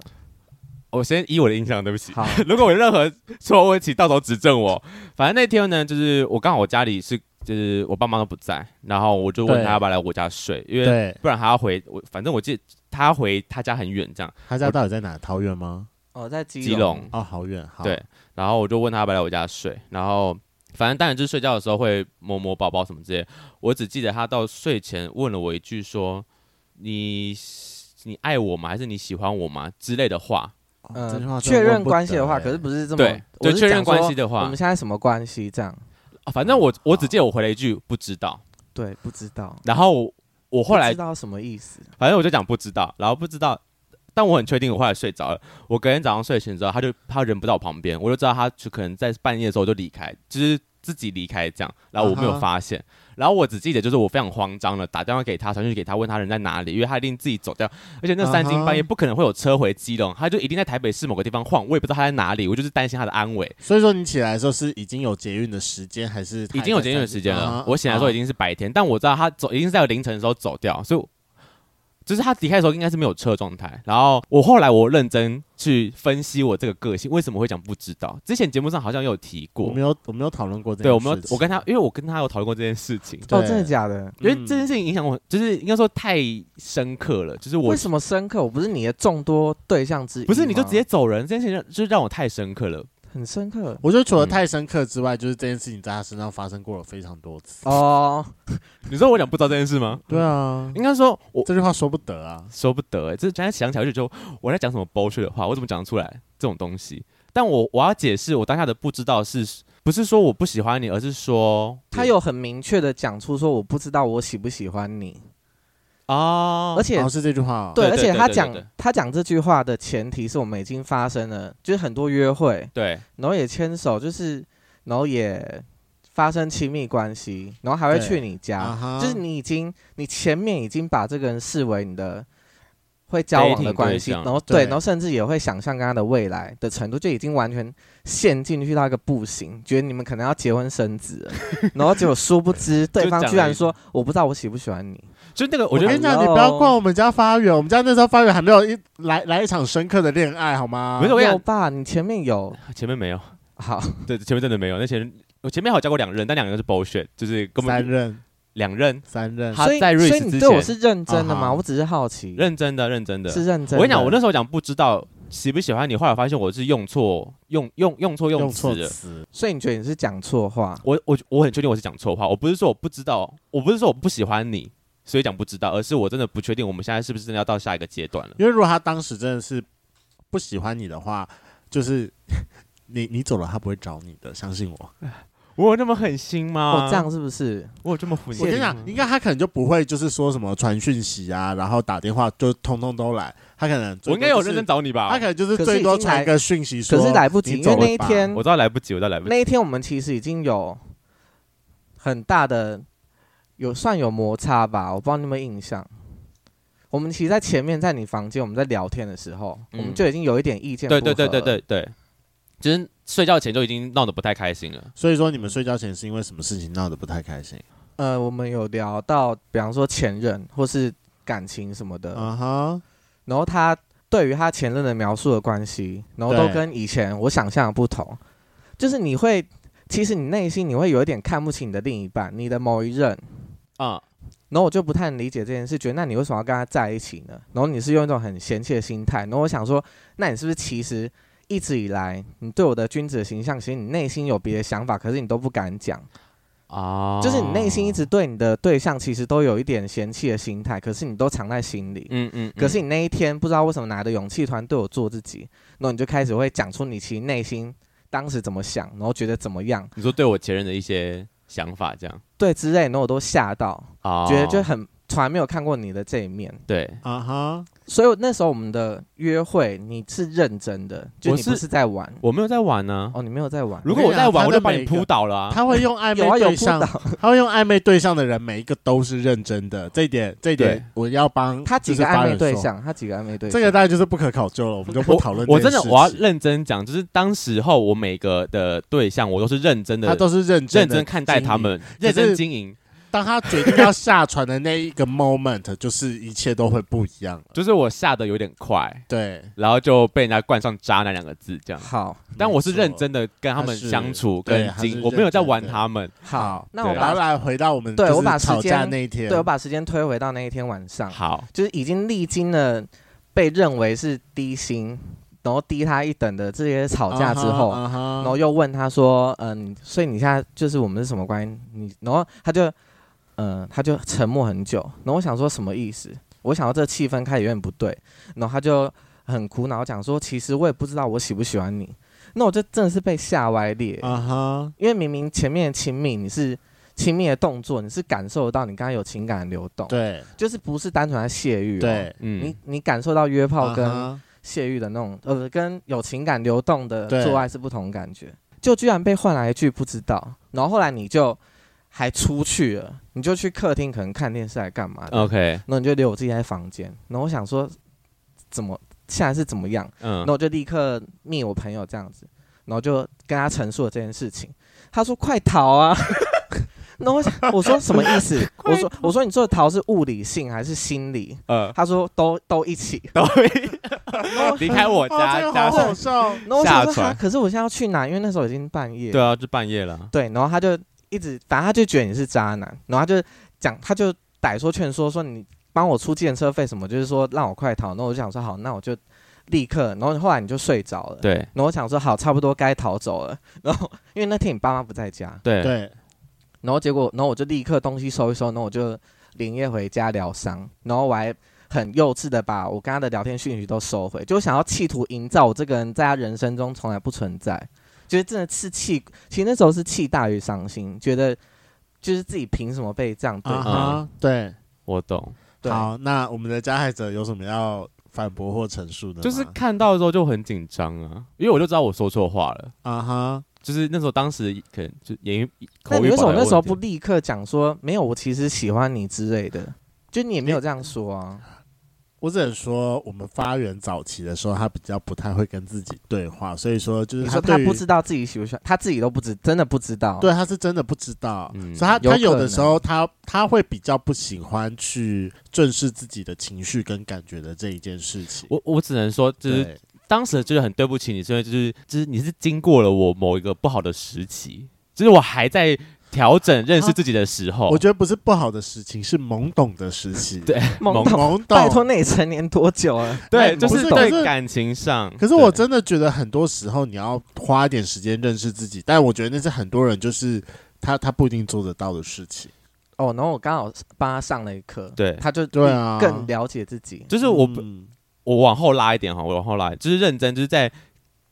Speaker 2: 我先依我的印象，对不起，
Speaker 3: 好，
Speaker 2: [LAUGHS] 如果有任何错误，请到时候指正我。反正那天呢，就是我刚好我家里是，就是我爸妈都不在，然后我就问
Speaker 1: 对
Speaker 2: 他要不要来我家睡，因为
Speaker 1: 对，
Speaker 2: 不然他要回我，反正我记得他回他家很远这样。
Speaker 1: 他家到底在哪？桃园吗？
Speaker 3: 我在基
Speaker 2: 基隆
Speaker 1: 哦，好远，好，
Speaker 2: 对，然后我就问他要不要来我家睡，然后反正当然就是睡觉的时候会摸摸抱抱什么之类的。我只记得他到睡前问了我一句说：“你你爱我吗？还是你喜欢我吗？”之类的话。
Speaker 1: 哦这句话真的
Speaker 3: 嗯，确
Speaker 1: 问
Speaker 3: 认
Speaker 1: 不
Speaker 3: 关系
Speaker 1: 得
Speaker 3: 的话，
Speaker 1: 欸
Speaker 3: 可是不是这么
Speaker 2: 对
Speaker 3: 我
Speaker 2: 对，
Speaker 3: 是
Speaker 2: 确认
Speaker 3: 讲说
Speaker 2: 关系的
Speaker 3: 我
Speaker 2: 话
Speaker 3: 们，现在什么关系？这样
Speaker 2: 啊反正我我只记得我回了一句不知道，
Speaker 3: 对，不知道。
Speaker 2: 然后我我后
Speaker 3: 不
Speaker 2: 来
Speaker 3: 知道什么意思？
Speaker 2: 反正我就讲不知道，然后不知道，但我很确定我后来睡着了。我隔天早上睡醒之后，他就他人不到我旁边，我就知道他就可能在半夜的时候就离开，就是自己离开这样，然后我没
Speaker 1: 啊
Speaker 2: 有
Speaker 1: 哈
Speaker 2: 发现。然后我只记得就是我非常慌张的打电话给他，传讯息给他，问他人在哪里，因为他一定自己走掉，而且那三更半夜
Speaker 1: 啊哈
Speaker 2: 不可能会有车回基隆，他就一定在台北市某个地方晃，我也不知道他在哪里，我就是担心他的安危。
Speaker 1: 所以说你起来的时候是已经有捷运的时间，还是
Speaker 2: 已经有节约的时间
Speaker 3: 啊
Speaker 2: 了。我醒来的时
Speaker 1: 说
Speaker 2: 候已经是白天，但我知道他走已经是在凌晨的时候走掉，所以我就是他离开的时候应该是没有车的状态。然后我后来我认真去分析我这个个性为什么会讲不知道，之前节目上好像有提
Speaker 1: 我
Speaker 2: 过
Speaker 1: 没，有我没有讨论过这
Speaker 2: 对
Speaker 1: 件
Speaker 2: 我
Speaker 1: 事情，
Speaker 2: 们我跟他因为我跟他有讨论过这件事情。
Speaker 1: 对
Speaker 3: 哦，真的假的？
Speaker 2: 因为这件事情影响我，就是应该说太深刻了。就是我
Speaker 3: 为什么深刻？我不是你的众多对象之一吗，
Speaker 2: 不是你就直接走人，这件事情让就是让我太深刻了。
Speaker 3: 很深
Speaker 2: [LAUGHS]
Speaker 3: 刻
Speaker 1: 我觉得除了
Speaker 2: 嗯
Speaker 1: 太深刻之外，就是这件事情在他身上发生过了非常多次。
Speaker 3: 哦。
Speaker 2: 你说我讲不知道这件事吗？
Speaker 1: 对啊，
Speaker 2: 应该说我
Speaker 1: 这句话说不得啊。
Speaker 2: 说不得、欸，这现在想起来就觉得我在讲什么 bullshit 的话，我怎么讲得出来这种东西？但我我要解释我当下的不知道是不是说我不喜欢你，而是说
Speaker 3: 他有很明确的讲出说我不知道我喜不喜欢你，
Speaker 2: 啊，
Speaker 3: 而且
Speaker 1: 然后是这句话哦，
Speaker 3: 对，
Speaker 2: 对
Speaker 3: 而
Speaker 2: 对
Speaker 3: 且
Speaker 2: 对
Speaker 3: 他
Speaker 2: 对
Speaker 3: 讲
Speaker 2: 对
Speaker 3: 他讲这句话的前提是我们已经发生了，就是很多约会，
Speaker 2: 对
Speaker 3: 然后也牵手，就是然后也发生亲密关系，然后还会
Speaker 1: 对
Speaker 3: 去你
Speaker 1: 啊
Speaker 3: 家，
Speaker 1: 哈
Speaker 3: 就是你已经你前面已经把这个人视为你的。会交往
Speaker 2: Dating
Speaker 3: 的
Speaker 2: 对
Speaker 3: 关系，
Speaker 2: 象
Speaker 3: 然后对，
Speaker 1: 对
Speaker 3: 然后甚至也会想象跟他的未来的程度，就已经完全陷进去到一个不行，觉得你们可能要结婚生子
Speaker 2: [LAUGHS]
Speaker 3: 了，然后结果殊不知对方
Speaker 2: 讲
Speaker 3: 居
Speaker 2: 了
Speaker 3: 然
Speaker 2: 一
Speaker 3: 说我不知道我喜不喜欢你，
Speaker 2: 就那个我
Speaker 1: 我
Speaker 2: 觉
Speaker 1: 跟
Speaker 2: 得
Speaker 1: 你讲，你不要逛我们家发源，我们家那时候发源还没有一来来一场深刻的恋爱，好吗？
Speaker 2: 没有我跟你
Speaker 3: 有
Speaker 2: 讲
Speaker 3: 吧？你前面有
Speaker 2: 前面没有，
Speaker 3: 好，
Speaker 2: 对前面真的没有，那前我前面还有教过两任，但两任是 bullshit，就是根
Speaker 1: 三
Speaker 2: 本
Speaker 1: 任，
Speaker 2: 两任
Speaker 1: 三任，
Speaker 2: 他
Speaker 3: 所以
Speaker 2: 在瑞
Speaker 3: 所以
Speaker 2: 士
Speaker 3: 你
Speaker 2: 之
Speaker 3: 对我
Speaker 2: 前
Speaker 3: 是认真的
Speaker 1: 啊哈
Speaker 3: 吗？我只是好奇，
Speaker 2: 认真的认真的，
Speaker 3: 是认真的。
Speaker 2: 我跟你讲，我那时候讲不知道喜不喜欢你，后来发现我是用错用用用错
Speaker 1: 用
Speaker 2: 词
Speaker 1: 错
Speaker 2: 了。
Speaker 1: 词，
Speaker 3: 所以你觉得你是讲错话？
Speaker 2: 我我我很确定我是讲错话，我不是说我不知道，我不是说我不喜欢你，所以讲不知道，而是我真的不确定我们现在是不是真的要到下一个阶段了。
Speaker 1: 因为如果他当时真的是不喜欢你的话，就是 [LAUGHS] 你你走了，他不会找你的，相信我。
Speaker 2: 我有那么狠心吗？
Speaker 3: 哦，这样是不是？
Speaker 2: 我有这么狠
Speaker 1: 我
Speaker 2: 心
Speaker 1: 跟你讲，应该他可能就不会就是说什么传讯息啊，然后打电话就通通都来。他可能、
Speaker 2: 我应该有认真，找你
Speaker 1: 他
Speaker 2: 吧
Speaker 1: 可？能就是最多传一个讯息说，
Speaker 3: 可是来不及，
Speaker 1: 你
Speaker 3: 因
Speaker 1: 走
Speaker 3: 为
Speaker 1: 了吧
Speaker 3: 那一天
Speaker 2: 我知道来不及，我知道来不及。
Speaker 3: 那一天我们其实已经有很大的有算有摩擦吧，我不知道你有没有印象。我们其实，在前面在你房间我们在聊天的时候，
Speaker 2: 嗯
Speaker 3: 我们就已经有一点意见
Speaker 2: 对对
Speaker 3: 不合
Speaker 2: 对
Speaker 3: 了
Speaker 2: 对对对，就是睡觉前就已经闹得不太开心了。
Speaker 1: 所以说你们睡觉前是因为什么事情闹得不太开心？
Speaker 3: 呃，我们有聊到，比方说前任或是感情什么的，
Speaker 1: 啊
Speaker 3: 呃
Speaker 1: 哈，
Speaker 3: 然后他对于他前任的描述的关系，然后都
Speaker 1: 对
Speaker 3: 跟以前我想象的不同，就是你会其实你内心你会有一点看不起你的另一半，你的某一任。
Speaker 2: 啊，
Speaker 3: 然后我就不太理解这件事，觉得那你为什么要跟他在一起呢？然后你是用一种很嫌弃的心态。然后我想说，那你是不是其实一直以来你对我的君子的形象，其实你内心有别的想法，可是你都不敢讲，
Speaker 2: 啊，
Speaker 3: 就是你内心一直对你的对象其实都有一点嫌弃的心态，可是你都藏在心里。
Speaker 2: 嗯，嗯嗯，
Speaker 3: 可是你那一天不知道为什么拿着勇气突然对我做自己，然后你就开始会讲出你其实内心当时怎么想，然后觉得怎么样，
Speaker 2: 你说对我前任的一些想法这样
Speaker 3: 对之类，然后我都吓到，
Speaker 1: 哦
Speaker 2: 啊，
Speaker 3: 觉得就很从来没有看过你的这一面。
Speaker 2: 对，
Speaker 1: 啊哈，
Speaker 3: 所以那时候我们的约会你是认真的，就
Speaker 2: 我
Speaker 3: 你不
Speaker 2: 是
Speaker 3: 是在玩
Speaker 2: 我没有在玩呢。
Speaker 3: 哦，你没有在玩。
Speaker 2: 如果我在玩，
Speaker 1: 我跟
Speaker 2: 我就
Speaker 1: 你讲
Speaker 2: 把
Speaker 1: 他的每
Speaker 2: 你
Speaker 1: 一个
Speaker 2: 扑倒了啊。
Speaker 1: 他会用暧
Speaker 3: 有啊
Speaker 1: 昧
Speaker 3: 有
Speaker 1: 对
Speaker 3: 扑
Speaker 1: 象，
Speaker 3: 倒，
Speaker 1: 他会用暧昧对象的人，每一个都是认真
Speaker 3: [LAUGHS]
Speaker 1: 的，这一点，这一
Speaker 2: 对
Speaker 1: 点我要帮
Speaker 3: 他几
Speaker 1: 就是
Speaker 3: 个
Speaker 1: 发
Speaker 3: 暧昧
Speaker 1: 人
Speaker 3: 对
Speaker 1: 说，
Speaker 3: 象，他几个暧昧对象，
Speaker 1: 这个当然就是不可考究了，我们就不讨论
Speaker 2: 我
Speaker 1: 这
Speaker 2: 真
Speaker 1: 件
Speaker 2: 的
Speaker 1: 事
Speaker 2: 我要
Speaker 1: 情
Speaker 2: 认真讲，就是当时候我每个的对象，我都是认真的，
Speaker 1: 他都是认真
Speaker 2: 认
Speaker 1: 的
Speaker 2: 真看待
Speaker 1: 经
Speaker 2: 他
Speaker 1: 营。
Speaker 2: 们，
Speaker 1: 可
Speaker 2: 认真
Speaker 1: 是
Speaker 2: 经营。
Speaker 1: 当他决定要下船的那一个 moment，就是 [LAUGHS] 一切都会不一样了。
Speaker 2: 就是我下的有点快，
Speaker 1: 对，
Speaker 2: 然后就被人家冠上“渣男”两个字这样。
Speaker 3: 好
Speaker 2: 但我是
Speaker 1: 没错
Speaker 2: 认真的跟他们
Speaker 1: 他是
Speaker 2: 相处
Speaker 1: 对
Speaker 2: 跟
Speaker 1: 他是
Speaker 2: 经，我没有在玩
Speaker 1: 认真的
Speaker 2: 他们。
Speaker 3: 好，那我
Speaker 2: 对
Speaker 1: 然后
Speaker 3: 把
Speaker 1: 来回到我们
Speaker 3: 对
Speaker 1: 就是
Speaker 3: 我把时
Speaker 1: 吵架
Speaker 3: 间
Speaker 1: 那一天，
Speaker 3: 对我把时间推回到那一天晚上，
Speaker 2: 好，
Speaker 3: 就是已经历经了被认为是低薪，然后低他一等的这些吵架之后，
Speaker 1: 啊哈啊
Speaker 3: 然
Speaker 1: 哈
Speaker 3: 后又问他说，嗯，所以你现在就是我们是什么关系？你，然后他就，嗯，他就沉默很久。然后我想说什么意思？我想到这气氛开始有点不对，然后他就很苦恼讲说，其实我也不知道我喜不喜欢你。那我就真的是被吓歪裂，
Speaker 1: 啊哈，
Speaker 3: 因为明明前面的亲密你是亲密的动作，你是感受得到你刚刚有情感的流动，
Speaker 1: 对
Speaker 3: 就是不是单纯在泄欲、哦，，
Speaker 1: 对，
Speaker 2: 嗯
Speaker 3: 你，你感受到约炮跟、
Speaker 1: 啊哈
Speaker 3: 泄欲的那种，呃，跟有情感流动的
Speaker 1: 对
Speaker 3: 做爱是不同感觉。就居然被换来一句不知道，然后后来你就还出去了，你就去客厅可能看电视还干嘛的，
Speaker 2: OK，
Speaker 3: 然后你就留我自己在房间，然后我想说怎么现在是怎么样，
Speaker 2: 嗯
Speaker 3: 然后，我就立刻密我朋友这样子，然后就跟他陈述了这件事情，他说快逃啊。 [LAUGHS] 那我想我说什么意思？我说我说你说的逃是物理性还是心理？
Speaker 1: [LAUGHS]
Speaker 2: 呃，
Speaker 3: 他说都都一起。
Speaker 2: 都
Speaker 3: 然
Speaker 2: [LAUGHS]
Speaker 3: 后
Speaker 2: 离开我
Speaker 1: 哦，
Speaker 2: 家，
Speaker 1: 这个
Speaker 2: 加
Speaker 1: 好
Speaker 2: 上
Speaker 1: 好笑。
Speaker 3: 然后我想
Speaker 2: 下
Speaker 3: 说
Speaker 2: 船
Speaker 3: 哈可是我现在要去哪？因为那时候已经半夜。
Speaker 2: 对啊，就半夜了。
Speaker 3: 对然后他就一直，反正他就觉得你是渣男，然后他就讲，他就歹说劝说说你帮我出计程车费什么，就是说让我快逃。然后我就想说好，那我就立刻。然后后来你就睡着了。。
Speaker 2: 对
Speaker 3: 然后我想说好，差不多该逃走了。然后因为那天你爸妈不在家，
Speaker 2: [LAUGHS] 对，
Speaker 1: 对，
Speaker 3: 然后结果，然后我就立刻东西收一收，然后我就连夜回家疗伤，然后我还很幼稚的把我跟他的聊天讯息都收回，就想要企图营造我这个人在他人生中从来不存在，就是真的是气，其实那时候是气大于伤心，觉得就是自己凭什么被这样对
Speaker 1: 啊
Speaker 3: 待？
Speaker 1: 哈，对。
Speaker 2: 我懂，
Speaker 3: 对，
Speaker 1: 好，那我们的加害者有什么要反驳或陈述的吗？
Speaker 2: 就是看到的时候就很紧张啊，因为我就知道我说错话了。
Speaker 1: 啊哈，
Speaker 2: 就是那时候，当时可能就言语口
Speaker 3: 那
Speaker 2: 语
Speaker 3: 你为什
Speaker 2: 表
Speaker 3: 么
Speaker 2: 达
Speaker 3: 那时候
Speaker 2: 问题
Speaker 3: 不立刻讲说没有？我其实喜欢你之类的，就你也没有这样说啊。
Speaker 1: 我只能说，我们发源早期的时候，他比较不太会跟自己对话，所以说就是
Speaker 3: 你说他
Speaker 1: 对于
Speaker 3: 不知道自己喜不喜欢，他自己都不知，真的不知道。
Speaker 1: 对，他是真的不知道，
Speaker 2: 嗯
Speaker 1: 所以他
Speaker 3: 有
Speaker 1: 他有
Speaker 3: 可
Speaker 1: 的
Speaker 3: 能
Speaker 1: 时候他他会比较不喜欢去正视自己的情绪跟感觉的这一件事情。
Speaker 2: 我我只能说，就是
Speaker 1: 对
Speaker 2: 当时就是很对不起你，是因为就是就是你是经过了我某一个不好的时期，就是我还在调整认识自己的时候，
Speaker 1: 我觉得不是不好的事情，是懵懂的时期，
Speaker 2: 对
Speaker 3: 懵
Speaker 2: 懵
Speaker 3: 懂。
Speaker 1: 懵
Speaker 3: 拜托，
Speaker 1: 懂。
Speaker 3: 那你成年多久了？
Speaker 2: 对，
Speaker 3: 懵
Speaker 2: 就
Speaker 3: 懂
Speaker 2: 是
Speaker 1: 不哎是可
Speaker 2: 在
Speaker 1: 是
Speaker 2: 感情上。
Speaker 1: 可是我
Speaker 2: 对
Speaker 1: 真的觉得很多时候你要花一点时间认识自己，但我觉得那是很多人就是他他不一定做得到的事情。
Speaker 3: 哦，然后我刚好帮他上了一课，
Speaker 2: 对
Speaker 3: 他就
Speaker 1: 对啊
Speaker 3: 嗯更了解自己。
Speaker 2: 就是我不
Speaker 1: 嗯
Speaker 2: 我往后拉一点哈，我往后拉，就是认真，就是在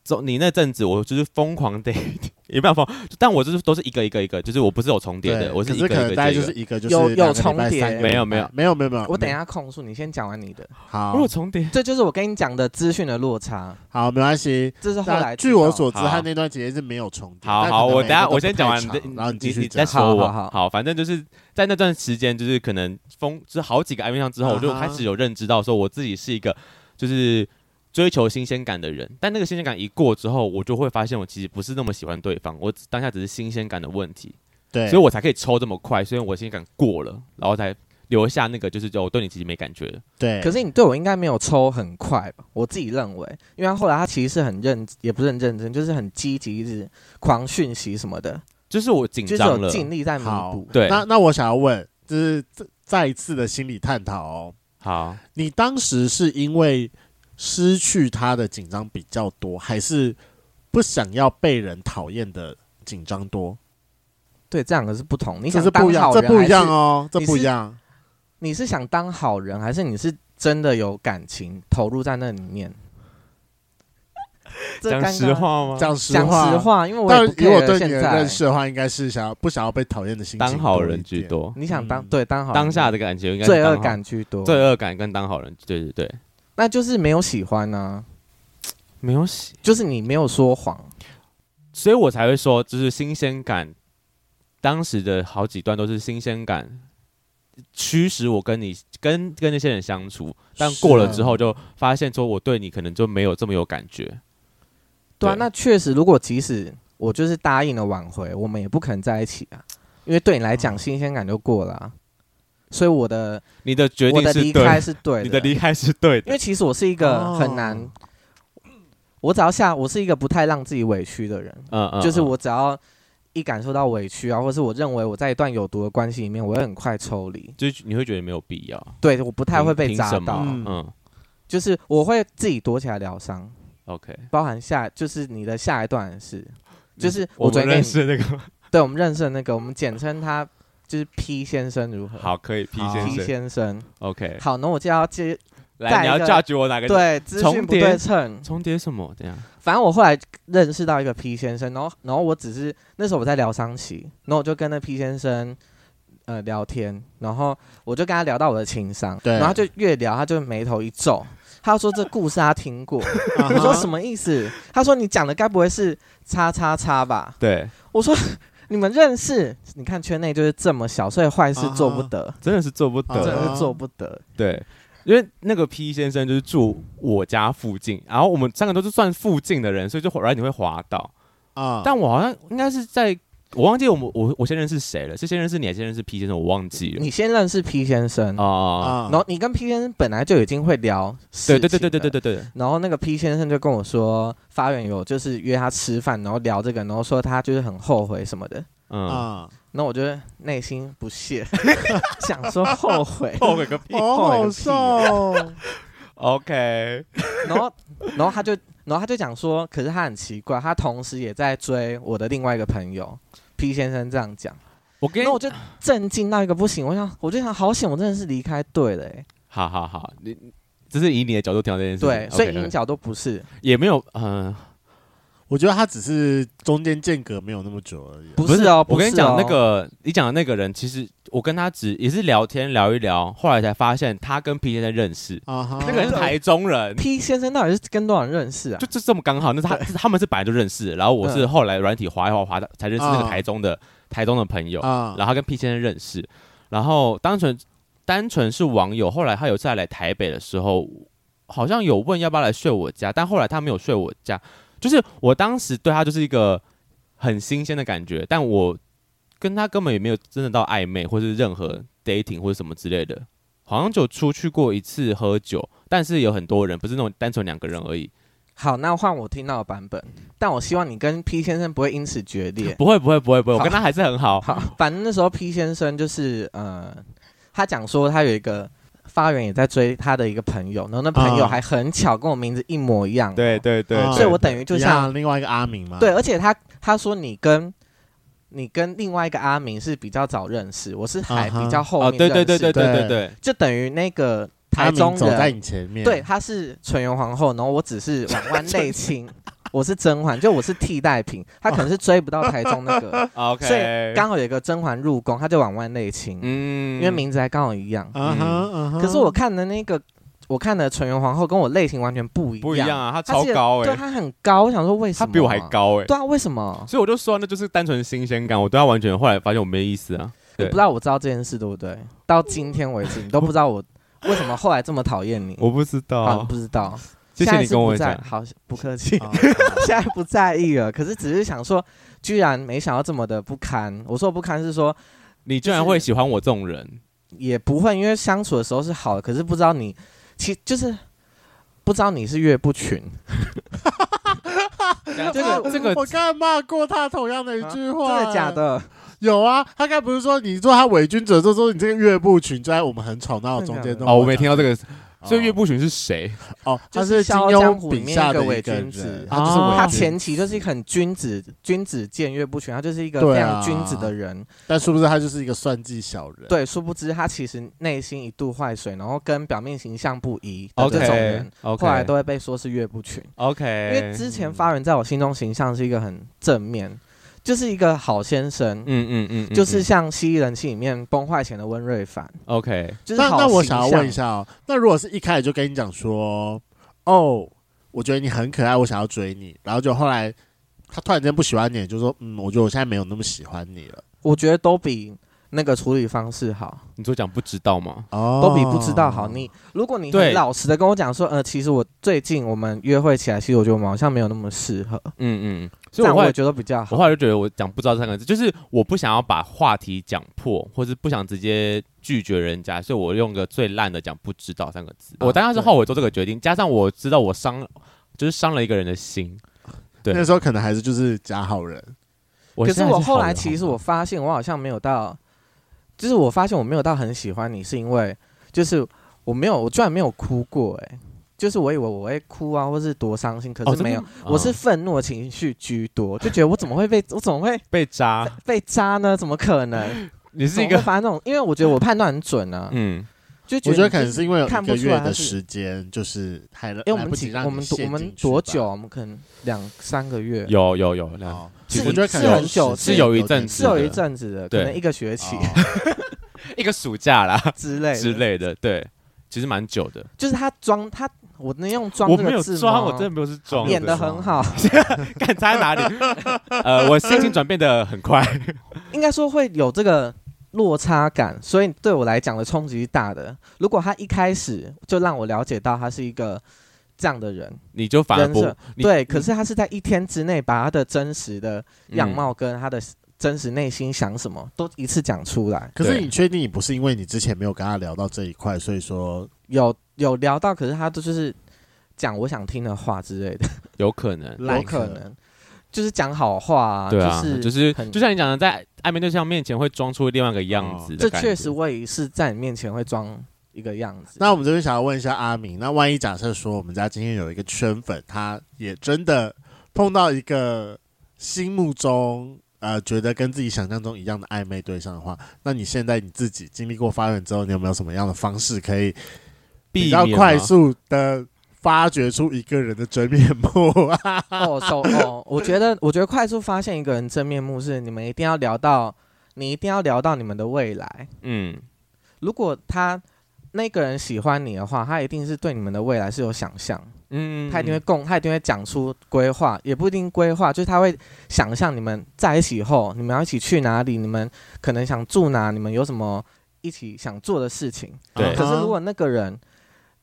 Speaker 2: 走你那阵子，我就是疯狂 d [LAUGHS] 也没有疯，但我就是都是一个一个一个，就是我不是有重叠
Speaker 1: 对，
Speaker 2: 的，我
Speaker 1: 可
Speaker 2: 一个一
Speaker 1: 可
Speaker 2: 个
Speaker 1: 能大概
Speaker 2: 一
Speaker 1: 就
Speaker 2: 个
Speaker 1: 是。一个就是
Speaker 3: 有
Speaker 1: 两
Speaker 3: 有
Speaker 1: 个礼拜
Speaker 3: 重叠
Speaker 1: 三个
Speaker 2: 没有
Speaker 1: 礼
Speaker 2: 没有
Speaker 1: 拜没有没有没有，
Speaker 3: 我等一
Speaker 1: 啊没有
Speaker 3: 下控诉你，先讲完你的。
Speaker 1: 好
Speaker 2: 我有重叠，
Speaker 3: 这就是我跟你讲的资讯的落差，
Speaker 1: 好没关系，
Speaker 3: 这是后
Speaker 1: 但
Speaker 3: 来知
Speaker 1: 据我
Speaker 3: 道
Speaker 1: 所知，
Speaker 2: 好
Speaker 1: 他那段时间是没有重叠。
Speaker 2: 好
Speaker 1: 但
Speaker 2: 好，
Speaker 1: 可能
Speaker 2: 我
Speaker 1: 每
Speaker 2: 等
Speaker 1: 一个
Speaker 2: 下
Speaker 1: 都
Speaker 2: 我
Speaker 1: 不
Speaker 2: 先
Speaker 1: 太
Speaker 2: 讲完，
Speaker 1: 长
Speaker 2: 你
Speaker 1: 然后你继续
Speaker 2: 再
Speaker 1: 讲。
Speaker 2: 说我。
Speaker 3: 好好好
Speaker 2: 反正就是在那段时间，就是可能疯，就是好几个暧昧上之后，我就
Speaker 1: 啊哈
Speaker 2: 开始有认知到说我自己是一个就是追求新鲜感的人。但那个新鲜感一过之后，我就会发现我其实不是那么喜欢对方，我只当下只是新鲜感的问题，
Speaker 1: 对，
Speaker 2: 所以我才可以抽这么快，所以我新鲜感过了，然后才留下那个就是就我对你其实没感觉了。
Speaker 1: 对，
Speaker 3: 可是你对我应该没有抽很快吧？我自己认为，因为他后来他其实是很认，也不是很认真，就是很积极，一直狂讯息什么的，
Speaker 2: 就是我紧
Speaker 3: 就是
Speaker 2: 张
Speaker 3: 有
Speaker 2: 了，
Speaker 3: 尽力在弥
Speaker 1: 好
Speaker 3: 补。
Speaker 2: 对，
Speaker 1: 那那我想要问，就是再再一次的心理探讨哦，
Speaker 2: 好，
Speaker 1: 你当时是因为失去他的紧张比较多，还是不想要被人讨厌的紧张多？
Speaker 3: 对，这两个是不同。你
Speaker 1: 这
Speaker 3: 想
Speaker 1: 是
Speaker 3: 当
Speaker 1: 不一样，
Speaker 3: 好
Speaker 1: 这
Speaker 3: 人，
Speaker 1: 不一样
Speaker 3: 还是
Speaker 1: 哦，这
Speaker 3: 你
Speaker 1: 不一
Speaker 3: 是
Speaker 1: 样。
Speaker 3: 你是想当好人，还是你是真的有感情投入在那
Speaker 2: [LAUGHS]
Speaker 3: 里面？这
Speaker 2: 讲
Speaker 3: 尴
Speaker 2: 实
Speaker 3: 尬，
Speaker 2: 话吗？
Speaker 1: 讲实
Speaker 3: 哦讲
Speaker 1: 话，
Speaker 3: 实话，因为我
Speaker 1: 但
Speaker 3: 也不
Speaker 1: 以我
Speaker 3: care
Speaker 1: 对
Speaker 3: 现
Speaker 1: 你的
Speaker 3: 在
Speaker 1: 认识的话，应该是想要不想要被讨厌的心情
Speaker 2: 当好
Speaker 1: 多一
Speaker 2: 人居
Speaker 1: 点。
Speaker 2: 多，
Speaker 3: 你想当
Speaker 1: 嗯
Speaker 3: 对当好人啊
Speaker 2: 当下的感觉应该是
Speaker 3: 罪恶
Speaker 2: 当好
Speaker 3: 感居多，
Speaker 2: 罪恶感跟当好人，对对对，
Speaker 3: 那就是没有喜欢呢、
Speaker 2: 没有喜，
Speaker 3: 就是你没有说谎。
Speaker 2: 所以我才会说，就是新鲜感。当时的好几段都是新鲜感驱使我跟你跟跟那些人相处，但
Speaker 1: 是
Speaker 2: 过了
Speaker 1: 啊
Speaker 2: 之后就发现说我对你可能就没有这么有感觉。
Speaker 3: 对啊，
Speaker 2: 对
Speaker 3: 那确实，如果即使我就是答应了挽回，我们也不可能在一起啊，因为对你来
Speaker 2: 嗯
Speaker 3: 讲新鲜感就过了、啊，所以我的
Speaker 2: 你的决
Speaker 3: 我
Speaker 2: 定
Speaker 3: 的
Speaker 2: 是
Speaker 3: 离开
Speaker 2: 对，
Speaker 3: 是对
Speaker 2: [LAUGHS] 你的离
Speaker 3: 因
Speaker 2: 开是对的
Speaker 3: 为。其实我是一个
Speaker 1: 哦
Speaker 3: 很难，
Speaker 2: 哦
Speaker 3: 我只要下我是一个不太让自己委屈的人，
Speaker 2: 嗯嗯，
Speaker 3: 就是
Speaker 2: 嗯
Speaker 3: 我只要一感受到委屈啊，或是我认为我在一段有毒的关系里面，我会很快抽离，
Speaker 2: 就是你会觉得没有必要，
Speaker 3: 对，我不太会被
Speaker 2: 凭
Speaker 3: 砸
Speaker 2: 凭什么
Speaker 3: 到，
Speaker 1: 嗯
Speaker 2: 嗯
Speaker 3: 就是我会自己躲起来疗伤，
Speaker 2: ，OK，
Speaker 3: 包含下就是你的下一段是。就是
Speaker 2: 嗯
Speaker 3: 我
Speaker 2: 我
Speaker 3: 昨
Speaker 2: 们
Speaker 3: 天跟
Speaker 2: 认
Speaker 3: 你
Speaker 2: 识的那个，
Speaker 3: 对我们认识的那个，我们简称他就是 P 先生，如何？
Speaker 2: 好，可以 P
Speaker 1: 好
Speaker 2: 先
Speaker 3: ，P
Speaker 2: 生
Speaker 3: 先生。
Speaker 2: ，OK，
Speaker 3: 好，那我就要接
Speaker 2: 来，你要
Speaker 3: 再一个
Speaker 2: judge 我哪个？，
Speaker 3: 对资讯不对称。
Speaker 2: 重叠什么？这样，
Speaker 3: 反正我后来认识到一个 P 先生，然后然后我只是那时候我在疗伤期，然后我就跟那 P 先生呃聊天，然后我就跟他聊到我的情商，
Speaker 1: 对
Speaker 3: 然后他就越聊他就眉头一皱，他说这故事他听
Speaker 2: [LAUGHS]
Speaker 3: 过，
Speaker 1: 啊哈
Speaker 3: 我说什么意思？他说你讲的该不会是叉叉叉吧？
Speaker 2: 对，
Speaker 3: 我说你们认识，你看圈内就是这么小，所以坏事做不得。
Speaker 2: 真的是做不
Speaker 1: 啊
Speaker 3: 真
Speaker 2: 得，
Speaker 3: 的是做不得。
Speaker 2: 对。因为那个 P 先生就是住我家附近，然后我们三个都是算附近的人，所以就然后你会滑倒。
Speaker 1: 啊？
Speaker 2: 但我好像应该是在，我忘记我们我我先认识谁了，是先认识你还是先认识 P 先生？我忘记了。
Speaker 3: 你先认识 P 先生，
Speaker 2: 啊啊啊！
Speaker 1: 啊
Speaker 3: 然后你跟 P 先生本来就已经会聊事
Speaker 2: 对
Speaker 3: 情
Speaker 2: 对对对对对
Speaker 3: 了。
Speaker 2: 对对，
Speaker 3: 然后那个 P 先生就跟我说，发源有就是约他吃饭，然后聊这个，然后说他就是很后悔什么的。
Speaker 2: 嗯，
Speaker 1: 啊，
Speaker 3: [LAUGHS] 那我就内心不屑， [LAUGHS] 想说后悔。
Speaker 2: [LAUGHS] 后悔个屁
Speaker 1: 好
Speaker 3: 有
Speaker 1: 好
Speaker 3: 个屁啊
Speaker 1: 笑哦，
Speaker 2: ！OK，
Speaker 3: 然后，然后他就，然后他就讲说，可是他很奇怪，他同时也在追我的另外一个朋友 P 先生这样讲。
Speaker 2: 我跟你
Speaker 3: 那我就震惊到一个不行，我想，我就想，好险，我真的是离开对了、欸。
Speaker 2: 好好好，你这是以你的角度听到这件事情，
Speaker 3: 对，所以
Speaker 2: OK，
Speaker 3: 银
Speaker 2: OK
Speaker 3: 角都不是，
Speaker 2: 也没有，嗯，
Speaker 1: 我觉得他只是中间间隔没有那么久而已。
Speaker 3: 不
Speaker 2: 不
Speaker 3: 是哦，
Speaker 2: 我
Speaker 3: 不
Speaker 2: 跟你
Speaker 3: 是
Speaker 2: 讲，
Speaker 3: 哦
Speaker 2: 那个你讲的那个人，其实我跟他只也是聊天聊一聊，后来才发现他跟 P 先生认识，
Speaker 1: 啊哈，
Speaker 2: 那个人是台中人，嗯
Speaker 3: P 先生到底是跟多少人认识啊
Speaker 2: 就？就这么刚好，那是他他们是本来就认识，然后我是
Speaker 3: 嗯
Speaker 2: 后来软体滑一滑滑的才认识那个
Speaker 1: 啊
Speaker 2: 台中的台中的朋友，
Speaker 1: 啊
Speaker 2: 然后他跟 P 先生认识，然后单纯单纯是网友。后来他有次来台北的时候，好像有问要不要来睡我家，但后来他没有睡我家。就是我当时对他就是一个很新鲜的感觉，但我跟他根本也没有真的到暧昧，或是任何 dating 或者什么之类的。好像就出去过一次喝酒，但是有很多人，不是那种单纯两个人而已。
Speaker 3: 好，那换我听到的版本，但我希望你跟 P 先生不会因此决
Speaker 2: [LAUGHS]
Speaker 3: 裂。
Speaker 2: 不会，不会，不会，不会，我
Speaker 3: 好
Speaker 2: 跟他还是很好。
Speaker 3: 好，反正那时候 P 先生就是呃，他讲说他有一个发源也在追他的一个朋友，然后那朋友
Speaker 1: 啊
Speaker 3: 还很巧跟我名字一模一
Speaker 2: 嗯
Speaker 3: 样，哦
Speaker 2: 对对对，
Speaker 1: 啊
Speaker 3: 所以我
Speaker 2: 对啊
Speaker 3: 等于就
Speaker 1: 一
Speaker 3: 像
Speaker 1: 样另外一个阿明嘛，
Speaker 3: 对，而且他他说你跟你跟另外一个阿明是比较早认识，我是还
Speaker 1: 啊哈
Speaker 3: 比较后
Speaker 2: 哦，
Speaker 3: 面
Speaker 2: 对
Speaker 3: 认识的、
Speaker 2: 对对对对对
Speaker 1: 对
Speaker 2: 对，
Speaker 3: 就等于那个
Speaker 1: 阿
Speaker 3: 台
Speaker 1: 明
Speaker 3: 中
Speaker 1: 走在
Speaker 3: 人，
Speaker 1: 你前面，
Speaker 3: 对，他是纯元皇后，然后我只是往湾内亲，我是甄嬛，就我是替代品，他可能是追不到台中那个，
Speaker 2: 啊 OK，
Speaker 3: 所以刚好有一个甄嬛入宫，他就往湾内亲，
Speaker 2: 嗯
Speaker 3: 因为名字还刚好一样。
Speaker 1: 啊哈
Speaker 2: 嗯
Speaker 1: 啊哈。
Speaker 3: 可是我看的那个，我看的纯元皇后跟我类型完全不一样，
Speaker 2: 不一样啊，他
Speaker 3: 他
Speaker 2: 超
Speaker 3: 是
Speaker 2: 高哎、
Speaker 3: 对他很高，我想说为什
Speaker 2: 他
Speaker 3: 么、
Speaker 2: 比我还。高哎、
Speaker 3: 对啊，为什么？
Speaker 2: 所以我就说那就是单纯新鲜感，我对他完全后来发现我没意思啊。
Speaker 3: 你
Speaker 2: 对
Speaker 3: 不知道我知道这件事对不对？到今天为止，你都不知道我为什么后来这么讨厌你。
Speaker 2: 我不知
Speaker 3: 好，你
Speaker 2: 道
Speaker 3: 不，知道。
Speaker 2: 谢
Speaker 3: 现
Speaker 2: 谢
Speaker 3: 在
Speaker 2: 你
Speaker 3: 是
Speaker 2: 跟我
Speaker 3: 不在
Speaker 2: 讲。
Speaker 3: 好，不客
Speaker 2: [LAUGHS]
Speaker 3: 气。 [LAUGHS]
Speaker 1: 啊
Speaker 3: 现在不在意了，可是只是想说，居然没想到这么的不堪。我说不堪是说，
Speaker 2: 你居然会喜欢我这种人，
Speaker 3: 也不会，因为相处的时候是好的，可是不知道你，其就是不知道你是岳不群，这个啊
Speaker 2: 这个
Speaker 1: 我刚才骂过他同样的一句话、
Speaker 3: 真的假？的？
Speaker 1: 有啊，他刚才不是说你做他伪君子的时候，说你这个乐部群就在我们很吵闹的中间
Speaker 3: 真的假的
Speaker 2: 哦，我没听到这个，所以岳
Speaker 1: 乐
Speaker 2: 不群是谁？
Speaker 1: 哦，他
Speaker 3: 就是
Speaker 1: 金
Speaker 3: 笑傲江
Speaker 1: 庸
Speaker 3: 湖里
Speaker 1: 笔
Speaker 3: 面
Speaker 1: 下
Speaker 3: 一个
Speaker 1: 的
Speaker 3: 伪
Speaker 1: 个
Speaker 3: 君子
Speaker 1: 人，他就是
Speaker 2: 啊
Speaker 1: 伪
Speaker 3: 他
Speaker 1: 君
Speaker 3: 前期就是一个很君子、君子见岳不群，他就是一个
Speaker 1: 对啊
Speaker 3: 非常君子的人。
Speaker 1: 但殊不知他就是一个算计小人。
Speaker 3: 对，殊不知他其实内心一度坏水，然后跟表面形象不一的哦这种人
Speaker 2: OK，OK，哎
Speaker 3: 后来都会被说是岳不群。
Speaker 2: OK，
Speaker 3: 因为之前发源在我心中形象是一个很正面，就是一个好先生，
Speaker 2: 嗯嗯嗯嗯，
Speaker 3: 就是
Speaker 2: 嗯
Speaker 3: 像《蜥蜴人气》里面崩坏前的温瑞凡，
Speaker 2: OK，
Speaker 3: 就是
Speaker 1: 那
Speaker 3: 好
Speaker 1: 那我
Speaker 3: 形
Speaker 1: 想要
Speaker 3: 象
Speaker 1: 问一，下哦，那如果是一开始就跟你讲说，哦，我觉得你很可爱，我想要追你，然后就后来他突然间不喜欢你，就说，嗯，我觉得我现在没有那么喜欢你了，
Speaker 3: 我觉得都比那个处理方式好，
Speaker 2: 你说讲不知道吗？
Speaker 1: 哦，
Speaker 3: 都比不知道好。你如果你
Speaker 2: 对
Speaker 3: 很老实的跟我讲说，呃，其实我最近我们约会起来，其实我觉得我们好像没有那么适合，
Speaker 2: 嗯嗯，所
Speaker 3: 这
Speaker 2: 以
Speaker 3: 样
Speaker 2: 我后
Speaker 3: 我也
Speaker 2: 来
Speaker 3: 觉得比较
Speaker 2: 我
Speaker 3: 好。
Speaker 2: 后来就觉得我讲不知道这三个字，就是我不想要把话题讲破，或是不想直接拒绝人家，所以我用个最烂的讲不知道三个字。我当时
Speaker 3: 啊
Speaker 2: 是后悔做这个决定，加上我知道我伤，就是伤了一个人的心。对
Speaker 1: 那时候可能还是就是假好人，
Speaker 2: 我
Speaker 3: 可
Speaker 2: 现在是
Speaker 3: 我
Speaker 2: 好
Speaker 3: 后来
Speaker 2: 人
Speaker 3: 其实
Speaker 2: 好吗
Speaker 3: 我发现我好像没有到，就是我发现我没有到很喜欢你，是因为就是我没有，我居然没有哭过、欸，哎，就是我以为我会哭啊，或是多伤心，可
Speaker 2: 哦
Speaker 3: 是
Speaker 2: 这
Speaker 3: 没
Speaker 2: 个
Speaker 3: 有，
Speaker 2: 嗯
Speaker 3: 我是愤怒的情绪居多，就觉得我怎么会被，我怎么会
Speaker 2: 被扎，
Speaker 3: [LAUGHS] 被渣呢？怎么可能？
Speaker 2: 你是一
Speaker 3: 怎么会
Speaker 2: 个
Speaker 3: 发生那种，因为我觉得我判断很准啊，
Speaker 2: [LAUGHS] 嗯
Speaker 3: 就
Speaker 1: 我觉
Speaker 3: 觉
Speaker 1: 得
Speaker 3: 你
Speaker 1: 可能
Speaker 3: 就是
Speaker 1: 是因为有
Speaker 3: 看
Speaker 1: 一
Speaker 3: 不
Speaker 1: 个
Speaker 3: 出
Speaker 1: 月
Speaker 3: 来
Speaker 1: 的
Speaker 3: 他是
Speaker 1: 时间，就是还来
Speaker 3: 因为我
Speaker 1: 来
Speaker 3: 们
Speaker 1: 不及
Speaker 3: 几
Speaker 1: 让
Speaker 3: 我们
Speaker 1: 你
Speaker 3: 多我
Speaker 1: 陷
Speaker 3: 们
Speaker 1: 进去
Speaker 3: 多
Speaker 1: 吧
Speaker 3: 久啊？我们可能两三个月，
Speaker 2: 有有有两
Speaker 1: 哦，
Speaker 2: 其
Speaker 1: 我
Speaker 2: 实
Speaker 1: 觉得
Speaker 3: 是
Speaker 1: 可能
Speaker 3: 很久
Speaker 1: 时
Speaker 2: 是
Speaker 1: 间
Speaker 2: 有一
Speaker 1: 点
Speaker 2: 阵
Speaker 3: 是
Speaker 2: 子
Speaker 1: 久
Speaker 3: 有
Speaker 2: 的
Speaker 3: 一阵子的，可
Speaker 2: 对
Speaker 3: 能一个学期
Speaker 1: 哦
Speaker 2: 一个暑假啦
Speaker 3: 之类
Speaker 2: 之
Speaker 3: 的。
Speaker 2: 类的，对，其实蛮久的。
Speaker 3: 就是他装他，我能用装
Speaker 2: 我
Speaker 3: 这个
Speaker 2: 没有
Speaker 3: 字
Speaker 2: 装，
Speaker 3: 吗
Speaker 2: 我真的没有是装
Speaker 3: 演
Speaker 2: 的
Speaker 3: 的很好，
Speaker 2: [LAUGHS] 看差在哪
Speaker 3: [LAUGHS]
Speaker 2: 里？ [LAUGHS] 呃，我心情转变的很快。 [LAUGHS]
Speaker 3: 应该说会有这个落差感，所以对我来讲的冲击是大的。如果他一开始就让我了解到他是一个这样的人，
Speaker 2: 你就反而
Speaker 3: 人
Speaker 2: 不
Speaker 3: 设
Speaker 2: 你嗯
Speaker 3: 对，可是他是在一天之内把他的真实的样
Speaker 2: 嗯
Speaker 3: 貌跟他的真实内心想什么都一次讲出来。
Speaker 1: [LAUGHS] 可是
Speaker 2: 对
Speaker 1: 你确定你不是因为你之前没有跟他聊到这一块，所以说
Speaker 3: 有有聊到，可是他都就是讲我想听的话之类的，
Speaker 2: [LAUGHS] 有可能，
Speaker 3: 有可能就是讲好话、啊，
Speaker 2: 对啊，
Speaker 3: 就是
Speaker 2: 就是
Speaker 3: 很哦
Speaker 2: 就像你讲的，在暧昧对象面前会装出另外一个样子的
Speaker 3: 这
Speaker 2: 感觉
Speaker 3: 确实，我也是在你面前会装一个样子。
Speaker 1: 那我们这边想要问一下阿明，那万一假设说我们家今天有一个圈粉，他也真的碰到一个心目中呃觉得跟自己想象中一样的暧昧对象的话，那你现在你自己经历过发源之后，你有没有什么样的方式可以
Speaker 2: 避
Speaker 1: 比较
Speaker 2: 免
Speaker 1: 快
Speaker 2: 吗
Speaker 1: 速的发掘出一个人的真面目
Speaker 3: [LAUGHS]
Speaker 1: 啊？
Speaker 3: 哦，手哦，我觉得，我觉得快速发现一个人真面目是你们一定要聊到，你一定要聊到你们的未来。
Speaker 2: 嗯，
Speaker 3: 如果他那个人喜欢你的话，他一定是对你们的未来是有想象，
Speaker 2: 嗯，
Speaker 3: 他一定会共，他一定会讲出规划，也不一定规划，就是他会想象你们在一起后，你们要一起去哪里，你们可能想住哪，你们有什么一起想做的事情。
Speaker 2: 对啊
Speaker 3: 可是如果那个人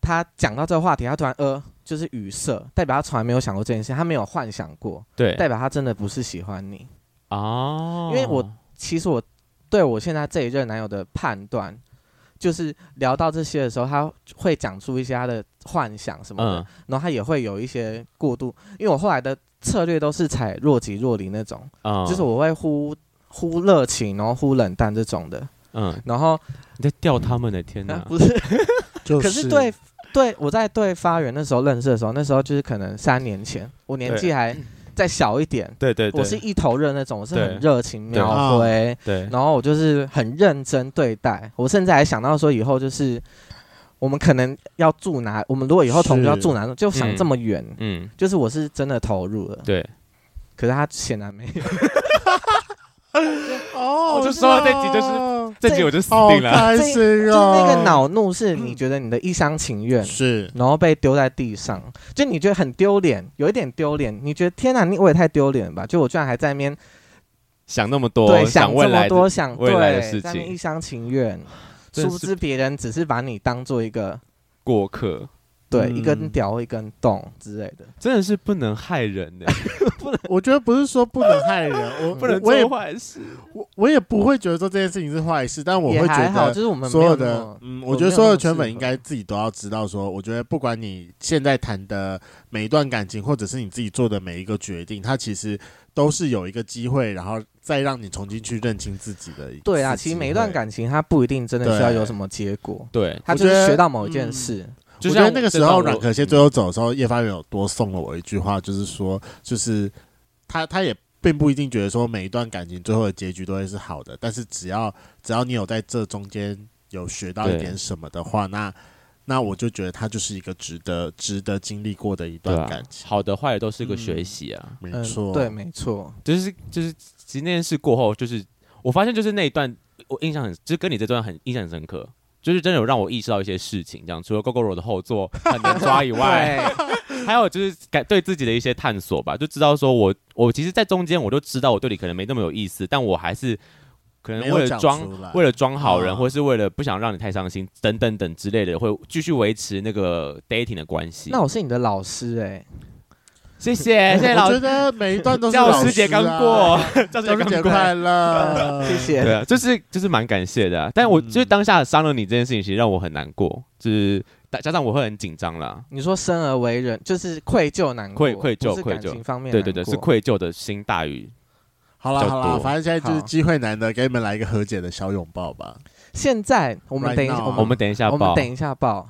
Speaker 3: 他讲到这个话题，他突然呃，就是语塞，代表他从来没有想过这件事，他没有幻想过，代
Speaker 2: 对
Speaker 3: 表他真的不是喜欢你。
Speaker 2: 哦，
Speaker 3: 因为我其实我对我现在这一任男友的判断，就是聊到这些的时候，他会讲出一些他的幻想什么的，
Speaker 2: 嗯
Speaker 3: 然后他也会有一些过度。因为我后来的策略都是采若即若离那种，
Speaker 2: 嗯，
Speaker 3: 就是我会忽忽热情，然后忽冷淡这种的。
Speaker 2: 嗯，
Speaker 3: 然后、
Speaker 2: 你在钓他们的天
Speaker 3: 啊
Speaker 2: 哪，
Speaker 3: [LAUGHS] 不是
Speaker 1: 就
Speaker 3: 可是对对，我在对发源那时候认识的时候，那时候就是可能三年前，我年纪还再小一点，
Speaker 2: 对对对，
Speaker 3: 我是一头热那种，我是
Speaker 2: 对
Speaker 3: 很热情
Speaker 2: 对
Speaker 3: 描绘，
Speaker 2: 对
Speaker 3: 然后我就是很认真对待。我甚至还想到说，以后就是我们可能要住哪，我们如果以后同居要
Speaker 1: 是
Speaker 3: 住哪，就想这么远，
Speaker 2: 嗯
Speaker 3: 就是我是真的投入了。
Speaker 2: 对，
Speaker 3: 可是他显然没有，
Speaker 1: 哦，
Speaker 2: 我就说这集就是
Speaker 1: 是
Speaker 2: 这集我就死
Speaker 1: 好
Speaker 2: 定了，
Speaker 1: 开心
Speaker 3: 就
Speaker 1: 哦，
Speaker 3: 那
Speaker 2: 啊
Speaker 3: 个恼怒
Speaker 2: [CLEARS THROAT]
Speaker 3: 是你觉得你的一厢情愿，
Speaker 1: 是
Speaker 3: 然后被丢在地上，就你觉得很丢脸，有一点丢脸，你觉得天哪，你我也太丢脸了吧？就我居然还在面
Speaker 2: 想那么多，
Speaker 3: 对
Speaker 2: 想未
Speaker 3: 这么
Speaker 2: 来的
Speaker 3: 多，想
Speaker 2: 未
Speaker 3: 对
Speaker 2: 来的事
Speaker 3: 在那边
Speaker 2: 情
Speaker 3: 一厢情愿，
Speaker 2: 真
Speaker 3: 殊
Speaker 2: 是
Speaker 3: 不知别人只是把你当做一个
Speaker 2: 过客，
Speaker 3: 对，一根
Speaker 1: 嗯
Speaker 3: 屌或一根洞之类的。
Speaker 2: 真的是不能害
Speaker 3: [LAUGHS]
Speaker 2: 人呢、
Speaker 1: 我觉得不是说不能害人，我
Speaker 2: [LAUGHS] 不能
Speaker 1: 我也
Speaker 2: 做坏事。
Speaker 1: 我我也不会觉得说这件事情是坏事，但我
Speaker 3: 也
Speaker 1: 会
Speaker 3: 还
Speaker 1: 觉
Speaker 3: 好，
Speaker 1: 得
Speaker 3: 就是我们
Speaker 1: 所
Speaker 3: 没
Speaker 1: 有
Speaker 3: 那
Speaker 1: 的
Speaker 3: 么，
Speaker 1: 嗯，
Speaker 3: 我
Speaker 1: 我觉得
Speaker 3: 没有
Speaker 1: 所
Speaker 3: 那
Speaker 1: 有
Speaker 3: 么
Speaker 1: 圈
Speaker 3: 适
Speaker 1: 粉应
Speaker 3: 合
Speaker 1: 该自己都要知道说，我觉得不管你现在谈的每一段感情，或者是你自己做的每一个决定，它其实都是有一个机会，然后再让你重新去认清自己的一次机会。
Speaker 3: 对啊，其实每一段感情它不一定真的需要
Speaker 1: 对
Speaker 3: 有什么结果，
Speaker 2: 对，
Speaker 3: 它
Speaker 1: 我
Speaker 3: 就
Speaker 1: 觉
Speaker 3: 是
Speaker 1: 得
Speaker 3: 学到某一
Speaker 1: 嗯
Speaker 3: 件事。
Speaker 2: 就
Speaker 1: 我觉得
Speaker 2: 像
Speaker 1: 那个时候
Speaker 2: 嗯
Speaker 1: 阮可谢最后走的时候，叶发人有多送了我一句话，就是说，就是他他也并不一定觉得说每一段感情最后的结局都会是好的，但是只要只要你有在这中间有学到一
Speaker 2: 对
Speaker 1: 点什么的话，那那我就觉得他就是一个值得值得经历过的一
Speaker 2: 对
Speaker 1: 段
Speaker 2: 啊
Speaker 1: 感，情。
Speaker 2: 好的坏的都是个学习啊。
Speaker 1: 没
Speaker 3: 嗯，
Speaker 1: 错，
Speaker 3: 对，没错。
Speaker 2: 就是就是，其实那件事过后，就是我发现就是那一段我印象很，就是跟你这段很印象很深刻。就是真的有让我意识到一些事情，这样除了 GoGoRo 的后座很难抓以外，
Speaker 1: [LAUGHS]
Speaker 3: 对，
Speaker 2: 还有就是感对自己的一些探索吧，就知道说我我其实，在中间我就知道我对你可能没那么有意思，但我还是可能
Speaker 1: 没
Speaker 2: 为
Speaker 1: 有
Speaker 2: 了
Speaker 1: 讲
Speaker 2: 装
Speaker 1: 出来
Speaker 2: 为了装好人，
Speaker 1: 啊
Speaker 2: 或是为了不想让你太伤心等等等之类的，会继续维持那个 dating 的关系。
Speaker 3: 那我是你的老师哎、
Speaker 2: 谢谢谢谢哎老
Speaker 1: 我觉得每一段都是
Speaker 2: 教
Speaker 1: 老
Speaker 2: 师节
Speaker 1: 啊
Speaker 2: 刚过，， [LAUGHS] 教
Speaker 1: 教
Speaker 2: 师
Speaker 1: 师
Speaker 2: 节
Speaker 1: 节
Speaker 2: 刚过。
Speaker 1: 快
Speaker 2: [LAUGHS]
Speaker 1: 乐，
Speaker 3: 谢。谢。
Speaker 2: 对啊，就是就是蛮感谢的啊、但我
Speaker 1: 嗯
Speaker 2: 就是当下伤了你这件事情，其实让我很难过，就是加上我会很紧张啦，
Speaker 3: 你说生而为人，就是愧疚难过，
Speaker 2: 愧愧疚
Speaker 3: 不是
Speaker 2: 愧
Speaker 3: 感
Speaker 2: 疚
Speaker 3: 情方面
Speaker 2: 对对对，
Speaker 3: 难过
Speaker 2: 是愧疚的心大于
Speaker 1: 好了
Speaker 2: 比较
Speaker 1: 好了，
Speaker 2: 多
Speaker 1: 反正现在就是
Speaker 3: 好
Speaker 1: 机会难得，给你们来一个和解的小拥抱吧。
Speaker 3: 现在我们
Speaker 1: Right
Speaker 3: 等一下
Speaker 1: now
Speaker 3: 我
Speaker 2: 我
Speaker 3: 们
Speaker 2: 们等一下
Speaker 3: 哦我们
Speaker 2: 报，
Speaker 3: 等一下报。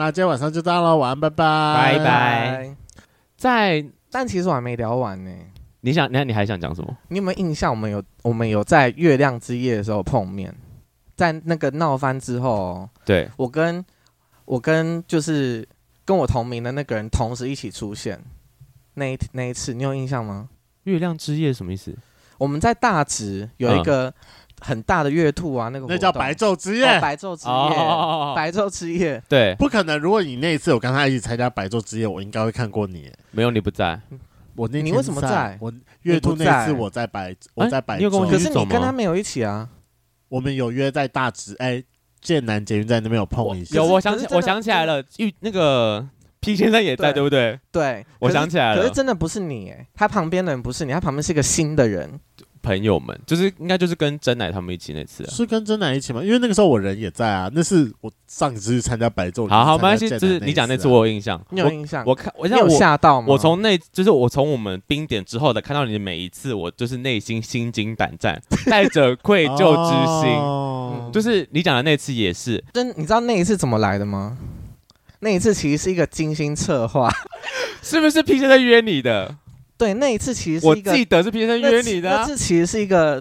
Speaker 1: 那今天晚上就这样喽，晚安，拜拜，
Speaker 2: 拜拜。在
Speaker 3: 但其实我还没聊完呢、
Speaker 2: 你想，那你还想讲什么？
Speaker 3: 你有没有印象？我们有我们有在月亮之夜的时候碰面，在那个闹翻之后哦、
Speaker 2: 对，
Speaker 3: 我跟我跟就是跟我同名的那个人同时一起出现，那一那一次你有印象吗？
Speaker 2: 月亮之夜什么意思？
Speaker 3: 我们在大直有一
Speaker 2: 嗯
Speaker 3: 个很大的月兔啊，那个
Speaker 1: 那叫
Speaker 3: 活动
Speaker 1: 白昼之夜，
Speaker 3: 哦白昼之
Speaker 2: 哦
Speaker 3: 夜，白昼之夜，
Speaker 2: 对，
Speaker 1: 不可能。如果你那一次我跟他一起参加白昼之夜，我应该会看过你。
Speaker 2: 没有你不在，
Speaker 1: 我那天
Speaker 3: 你为什么在
Speaker 1: 我月兔那次我在白，我在白昼。
Speaker 2: 你有跟我
Speaker 3: 可
Speaker 2: 你
Speaker 3: 是
Speaker 2: 是走
Speaker 3: 你
Speaker 2: 吗
Speaker 3: 跟他没有一起啊，
Speaker 1: 我们有约在大直，哎、剑南捷运站那边有碰一下。
Speaker 2: 有，
Speaker 3: 可是
Speaker 2: 我想起
Speaker 3: 可是真的
Speaker 2: 我想起来了，玉那个 P 先生也在，
Speaker 3: 对
Speaker 2: 对不对？
Speaker 3: 对，
Speaker 2: 我
Speaker 3: 可是
Speaker 2: 想起来
Speaker 3: 可是
Speaker 2: 了，
Speaker 3: 真的不是你、欸，他旁边的人不是你，他旁边是一个新的人，
Speaker 2: 朋友们，就是应该就是跟真奶他们一起那次啊。
Speaker 1: 是跟真南一起吗？因为那个时候我人也在啊，那是我上一次去参加白昼。
Speaker 2: 好好，没
Speaker 1: 你
Speaker 2: 关
Speaker 1: 去
Speaker 2: 系，
Speaker 1: 参加
Speaker 2: 就
Speaker 1: 剑
Speaker 2: 是
Speaker 1: 南
Speaker 2: 你讲那
Speaker 1: 次
Speaker 2: 次
Speaker 1: 啊
Speaker 2: 我有印象，
Speaker 3: 你有印象？
Speaker 2: 我看我
Speaker 3: 你
Speaker 2: 像
Speaker 3: 有
Speaker 2: 我
Speaker 3: 吓到吗？
Speaker 2: 我从那就是我从我们冰点之后的看到你的每一次，我就是内心心惊胆战， [LAUGHS] 带着愧疚之心。
Speaker 1: 哦
Speaker 3: 嗯
Speaker 2: 就是你讲的那次也是，
Speaker 3: 真，你知道那一次怎么来的吗？那一次其实是一个精心策划，
Speaker 2: 是不是 P 先生约你的？
Speaker 3: 对，那一次其实
Speaker 2: 我
Speaker 3: 是一个
Speaker 2: 记得是 P 先生
Speaker 3: 那
Speaker 2: 约
Speaker 3: 次
Speaker 2: 你的
Speaker 3: 那
Speaker 2: 啊。
Speaker 3: 次其实是一个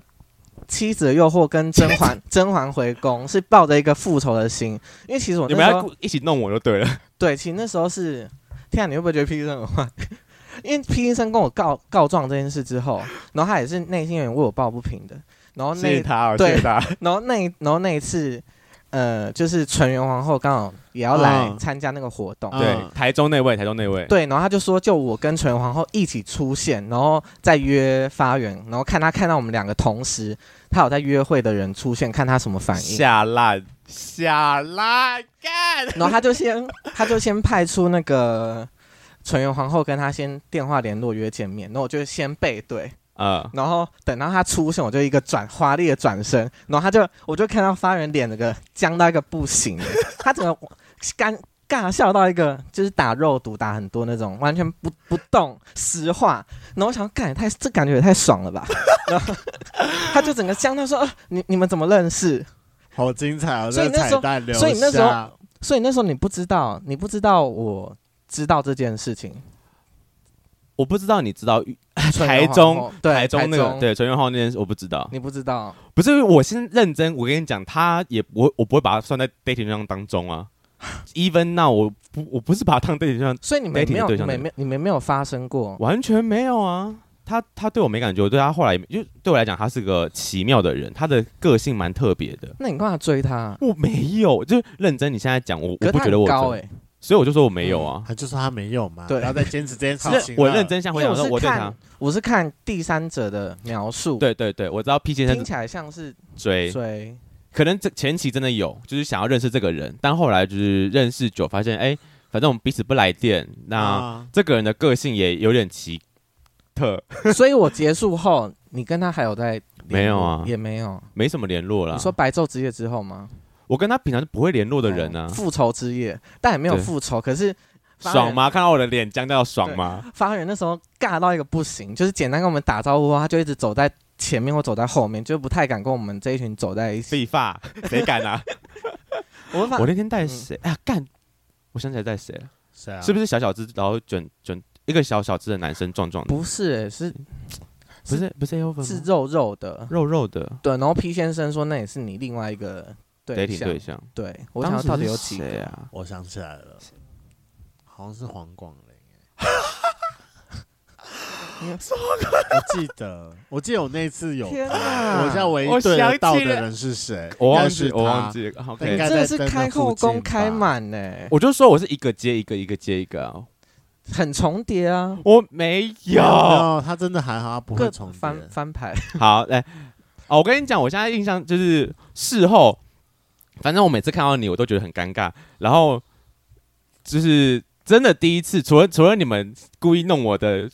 Speaker 3: 妻子的诱惑跟甄
Speaker 2: [LAUGHS]
Speaker 3: 嬛甄嬛回宫，是抱着一个复仇的心，因为其实我
Speaker 2: 你
Speaker 3: 那
Speaker 2: 们
Speaker 3: 时
Speaker 2: 要
Speaker 3: 候
Speaker 2: 一起弄我就对了，
Speaker 3: 对，其实那时候是，天啊，你会不会觉得 P 医生很坏？ [LAUGHS] 因为 P 医生跟我告告状这件事之后，然后他也是内心有点为我抱不平的，然后那
Speaker 2: 他哦
Speaker 3: 对
Speaker 2: 他。
Speaker 3: 然后那一然后那一次，呃，就是纯元皇后刚好也要来
Speaker 1: 嗯
Speaker 3: 参加那个活动，
Speaker 1: 嗯
Speaker 2: 对，台中那位，台中那位，
Speaker 3: 对，然后他就说，就我跟纯元皇后一起出现，然后再约发源，然后看他看到我们两个同时，他有在约会的人出现，看他什么反应。
Speaker 2: 下烂下烂干。
Speaker 3: 然后他就先他就先派出那个纯元皇后跟他先电话联络约见面，然后我就先背对，
Speaker 2: 嗯，
Speaker 3: 然后等到他出现，我就一个转华丽的转身，然后他就我就看到发源脸那个僵到一个
Speaker 2: [LAUGHS]
Speaker 3: 不行，他整个干尬笑到一个就是打肉毒打很多那种，完全不不动石化。然后我想，干也太这感觉也太爽
Speaker 2: [LAUGHS]
Speaker 3: 了吧！然后他就整个僵到说：“呃你你们怎么认识
Speaker 1: 好精彩哦！
Speaker 3: 所以
Speaker 1: 这个
Speaker 3: 那时候
Speaker 1: 彩蛋留
Speaker 3: 所以那时候
Speaker 1: 下？”
Speaker 3: 所以那时候你不知道，你不知道我知道这件事情。
Speaker 2: 我不知道你知道
Speaker 3: 纯
Speaker 2: [LAUGHS] 台
Speaker 3: 元皇
Speaker 2: 中
Speaker 3: 后对
Speaker 2: 台中那
Speaker 3: 台
Speaker 2: 个
Speaker 3: 中
Speaker 2: 对陈元浩那件事我不知道，
Speaker 3: 你不知道，
Speaker 2: 不是我先认真，我跟你讲，他也我我不会把他算在 dating 对象当中啊。even 那我不我不是把他当 dating 对象，
Speaker 3: 所以你们
Speaker 2: Dating 的
Speaker 3: 没有，
Speaker 2: 对
Speaker 3: 你
Speaker 2: 象
Speaker 3: 们没有，你们没有发生过。
Speaker 2: 完全没有啊。他他对我没感觉，我对他后来也没就对我来讲，他是个奇妙的人，他的个性蛮特别的。
Speaker 3: 那你干嘛追他？
Speaker 2: 我没有，就是认真。你现在讲我，我
Speaker 3: 可是
Speaker 2: 不
Speaker 3: 他
Speaker 2: 觉得
Speaker 3: 很
Speaker 2: 我
Speaker 3: 高嗯
Speaker 2: 真
Speaker 3: 哎、
Speaker 2: 所以我就说我没有啊。
Speaker 1: 他就说他没有嘛，
Speaker 3: 对
Speaker 1: 不要再坚持这件事
Speaker 2: 是
Speaker 1: 情啊了。
Speaker 2: 我认真想
Speaker 3: 啊因
Speaker 2: 回
Speaker 3: 为
Speaker 2: 想
Speaker 3: 我
Speaker 2: 说，我
Speaker 3: 是
Speaker 2: 对
Speaker 3: 看
Speaker 2: 他，
Speaker 3: 我是看第三者的描述，，
Speaker 2: 对对对，我知道 P 先
Speaker 3: 听
Speaker 2: 生
Speaker 3: 起来像是
Speaker 2: 追，
Speaker 3: 追，
Speaker 2: 可能这前期真的有，就是想要认识这个人，但后来就是认识久，发现哎、反正我们彼此不来电，那、
Speaker 1: 啊，
Speaker 2: 这个人的个性也有点奇特，
Speaker 3: 所以我结束后，你跟他还有在联络
Speaker 2: 没有啊
Speaker 3: 也没有。
Speaker 2: 没什么联络啦。
Speaker 3: 你说白昼之夜之后吗？
Speaker 2: 我跟他平常是不会联络的人啊
Speaker 3: 哦，复仇之夜，但也没有
Speaker 2: 对
Speaker 3: 复仇，可是发
Speaker 2: 爽
Speaker 3: 人
Speaker 2: 吗？看到我的脸僵掉，爽吗？
Speaker 3: 发人那时候尬到一个不行，就是简单跟我们打招呼后，他就一直走在前面或走在后面，就不太敢跟我们这一群走在
Speaker 2: [LAUGHS]
Speaker 3: 一起。
Speaker 2: 废发，谁敢啊？
Speaker 3: 我 [LAUGHS] 发嗯
Speaker 2: 我那天带谁啊？干，我想起来带谁了，
Speaker 1: 是啊，
Speaker 2: 是
Speaker 1: 不
Speaker 2: 不是小小只，然后卷卷一个小小只的男生，壮壮的，
Speaker 3: 不是、欸，是
Speaker 2: 不是不是 A O 粉
Speaker 3: 是
Speaker 2: 吗？
Speaker 3: 肉肉的。
Speaker 2: 肉肉的
Speaker 3: 对，然后 P 先生说那也是你另外一个对
Speaker 2: dating
Speaker 3: 象。
Speaker 2: 对象，
Speaker 3: 对，我想要到底有几
Speaker 2: 当时是谁
Speaker 3: 个？
Speaker 2: 啊？
Speaker 1: 我想起来了，好像是黄广玲欸。我记得，我记得我那次有，
Speaker 3: 天
Speaker 1: 我
Speaker 3: 哪！
Speaker 1: 现在唯一
Speaker 2: 我
Speaker 1: 对
Speaker 2: 想
Speaker 1: 得
Speaker 2: 起
Speaker 1: 到的
Speaker 2: 了
Speaker 1: 人是谁？
Speaker 2: 我
Speaker 1: 应
Speaker 2: 忘
Speaker 1: 该是
Speaker 2: 记我忘
Speaker 1: 他。
Speaker 2: 记
Speaker 1: [LAUGHS]
Speaker 2: 了
Speaker 1: 应
Speaker 2: ，OK
Speaker 1: 该。
Speaker 3: 真的是开后宫开满呢、
Speaker 2: 我就说我是一个接一个，一个接一个啊，
Speaker 3: 很重叠啊，
Speaker 2: 我没
Speaker 1: 没 [LAUGHS]
Speaker 2: 有。
Speaker 1: 有，他真的还好，他不会
Speaker 3: 各
Speaker 1: 重叠。
Speaker 3: 翻
Speaker 1: [LAUGHS]
Speaker 3: 翻牌。
Speaker 2: 好，来，哦，我跟你讲，我现在印象就是事后，反正我每次看到你，我都觉得很尴尬。然后就是真的第一次，除了除了你们故意弄我的，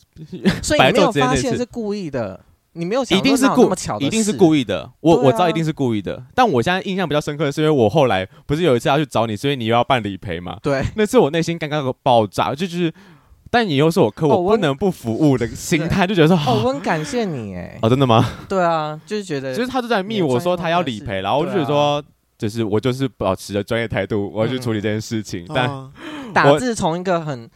Speaker 3: 所以你没
Speaker 2: 白
Speaker 3: 有
Speaker 2: 昼之夜
Speaker 3: 发
Speaker 2: 那
Speaker 3: 现
Speaker 2: 次
Speaker 3: 是故意的，你没有想
Speaker 2: 一定
Speaker 3: 说
Speaker 2: 是
Speaker 3: 哪有那
Speaker 2: 故
Speaker 3: 么巧，的
Speaker 2: 一定是
Speaker 3: 事
Speaker 2: 故意的。我、
Speaker 3: 对啊
Speaker 2: 我知道一定是故意的，但我现在印象比较深刻的是，因为我后来不是有一次要去找你，所以你又要办理赔嘛。
Speaker 3: 对，
Speaker 2: 那次我内心尴尬个爆炸，就就是，但你又是我客户，
Speaker 3: 哦
Speaker 2: 我
Speaker 3: 我
Speaker 2: 不能不服务的心态，就觉得说，
Speaker 3: 哦，
Speaker 2: 哦，
Speaker 3: 我很感谢你哎、
Speaker 2: 真的吗？
Speaker 3: [LAUGHS] 对啊，就是觉得
Speaker 2: 就是他就在密我说他要理赔，然后我就觉得
Speaker 3: 啊
Speaker 2: 说，就是我就是保持着专业态度，我要去处理这件事
Speaker 3: 嗯
Speaker 2: 情。但
Speaker 1: 啊
Speaker 3: 打字从一个很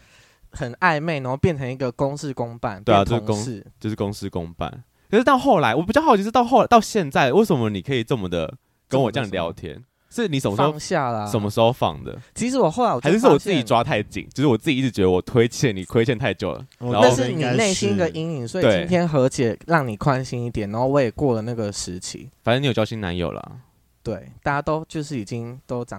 Speaker 3: 很暧昧，然后变成一个公事公办，
Speaker 2: 对啊
Speaker 3: 变
Speaker 2: 就是
Speaker 3: 同
Speaker 2: 公
Speaker 3: 事，
Speaker 2: 就是公事公办。可是到后来，我比较好奇是到后来到现在，为什么你可以这么的跟我这样聊天？是你什么时
Speaker 3: 放
Speaker 2: 候
Speaker 3: 下啦。
Speaker 2: 什么？时候放的？
Speaker 3: 其实我后来我就
Speaker 2: 还是是我自己
Speaker 3: 发现，
Speaker 2: 抓太紧？就是我自己一直觉得我亏欠你， [LAUGHS] 亏欠太久了。
Speaker 1: 我
Speaker 2: 然后
Speaker 3: 那
Speaker 1: 觉得
Speaker 3: 哦
Speaker 1: 哦
Speaker 3: 是
Speaker 1: 应
Speaker 3: 你
Speaker 1: 该
Speaker 3: 内心的
Speaker 1: 是
Speaker 3: 阴影，所以
Speaker 2: 对
Speaker 3: 今天和解让你宽心一点，然后我也过了那个时期。
Speaker 2: 反正你有交新男友了，
Speaker 3: 对，大家都就是已经都长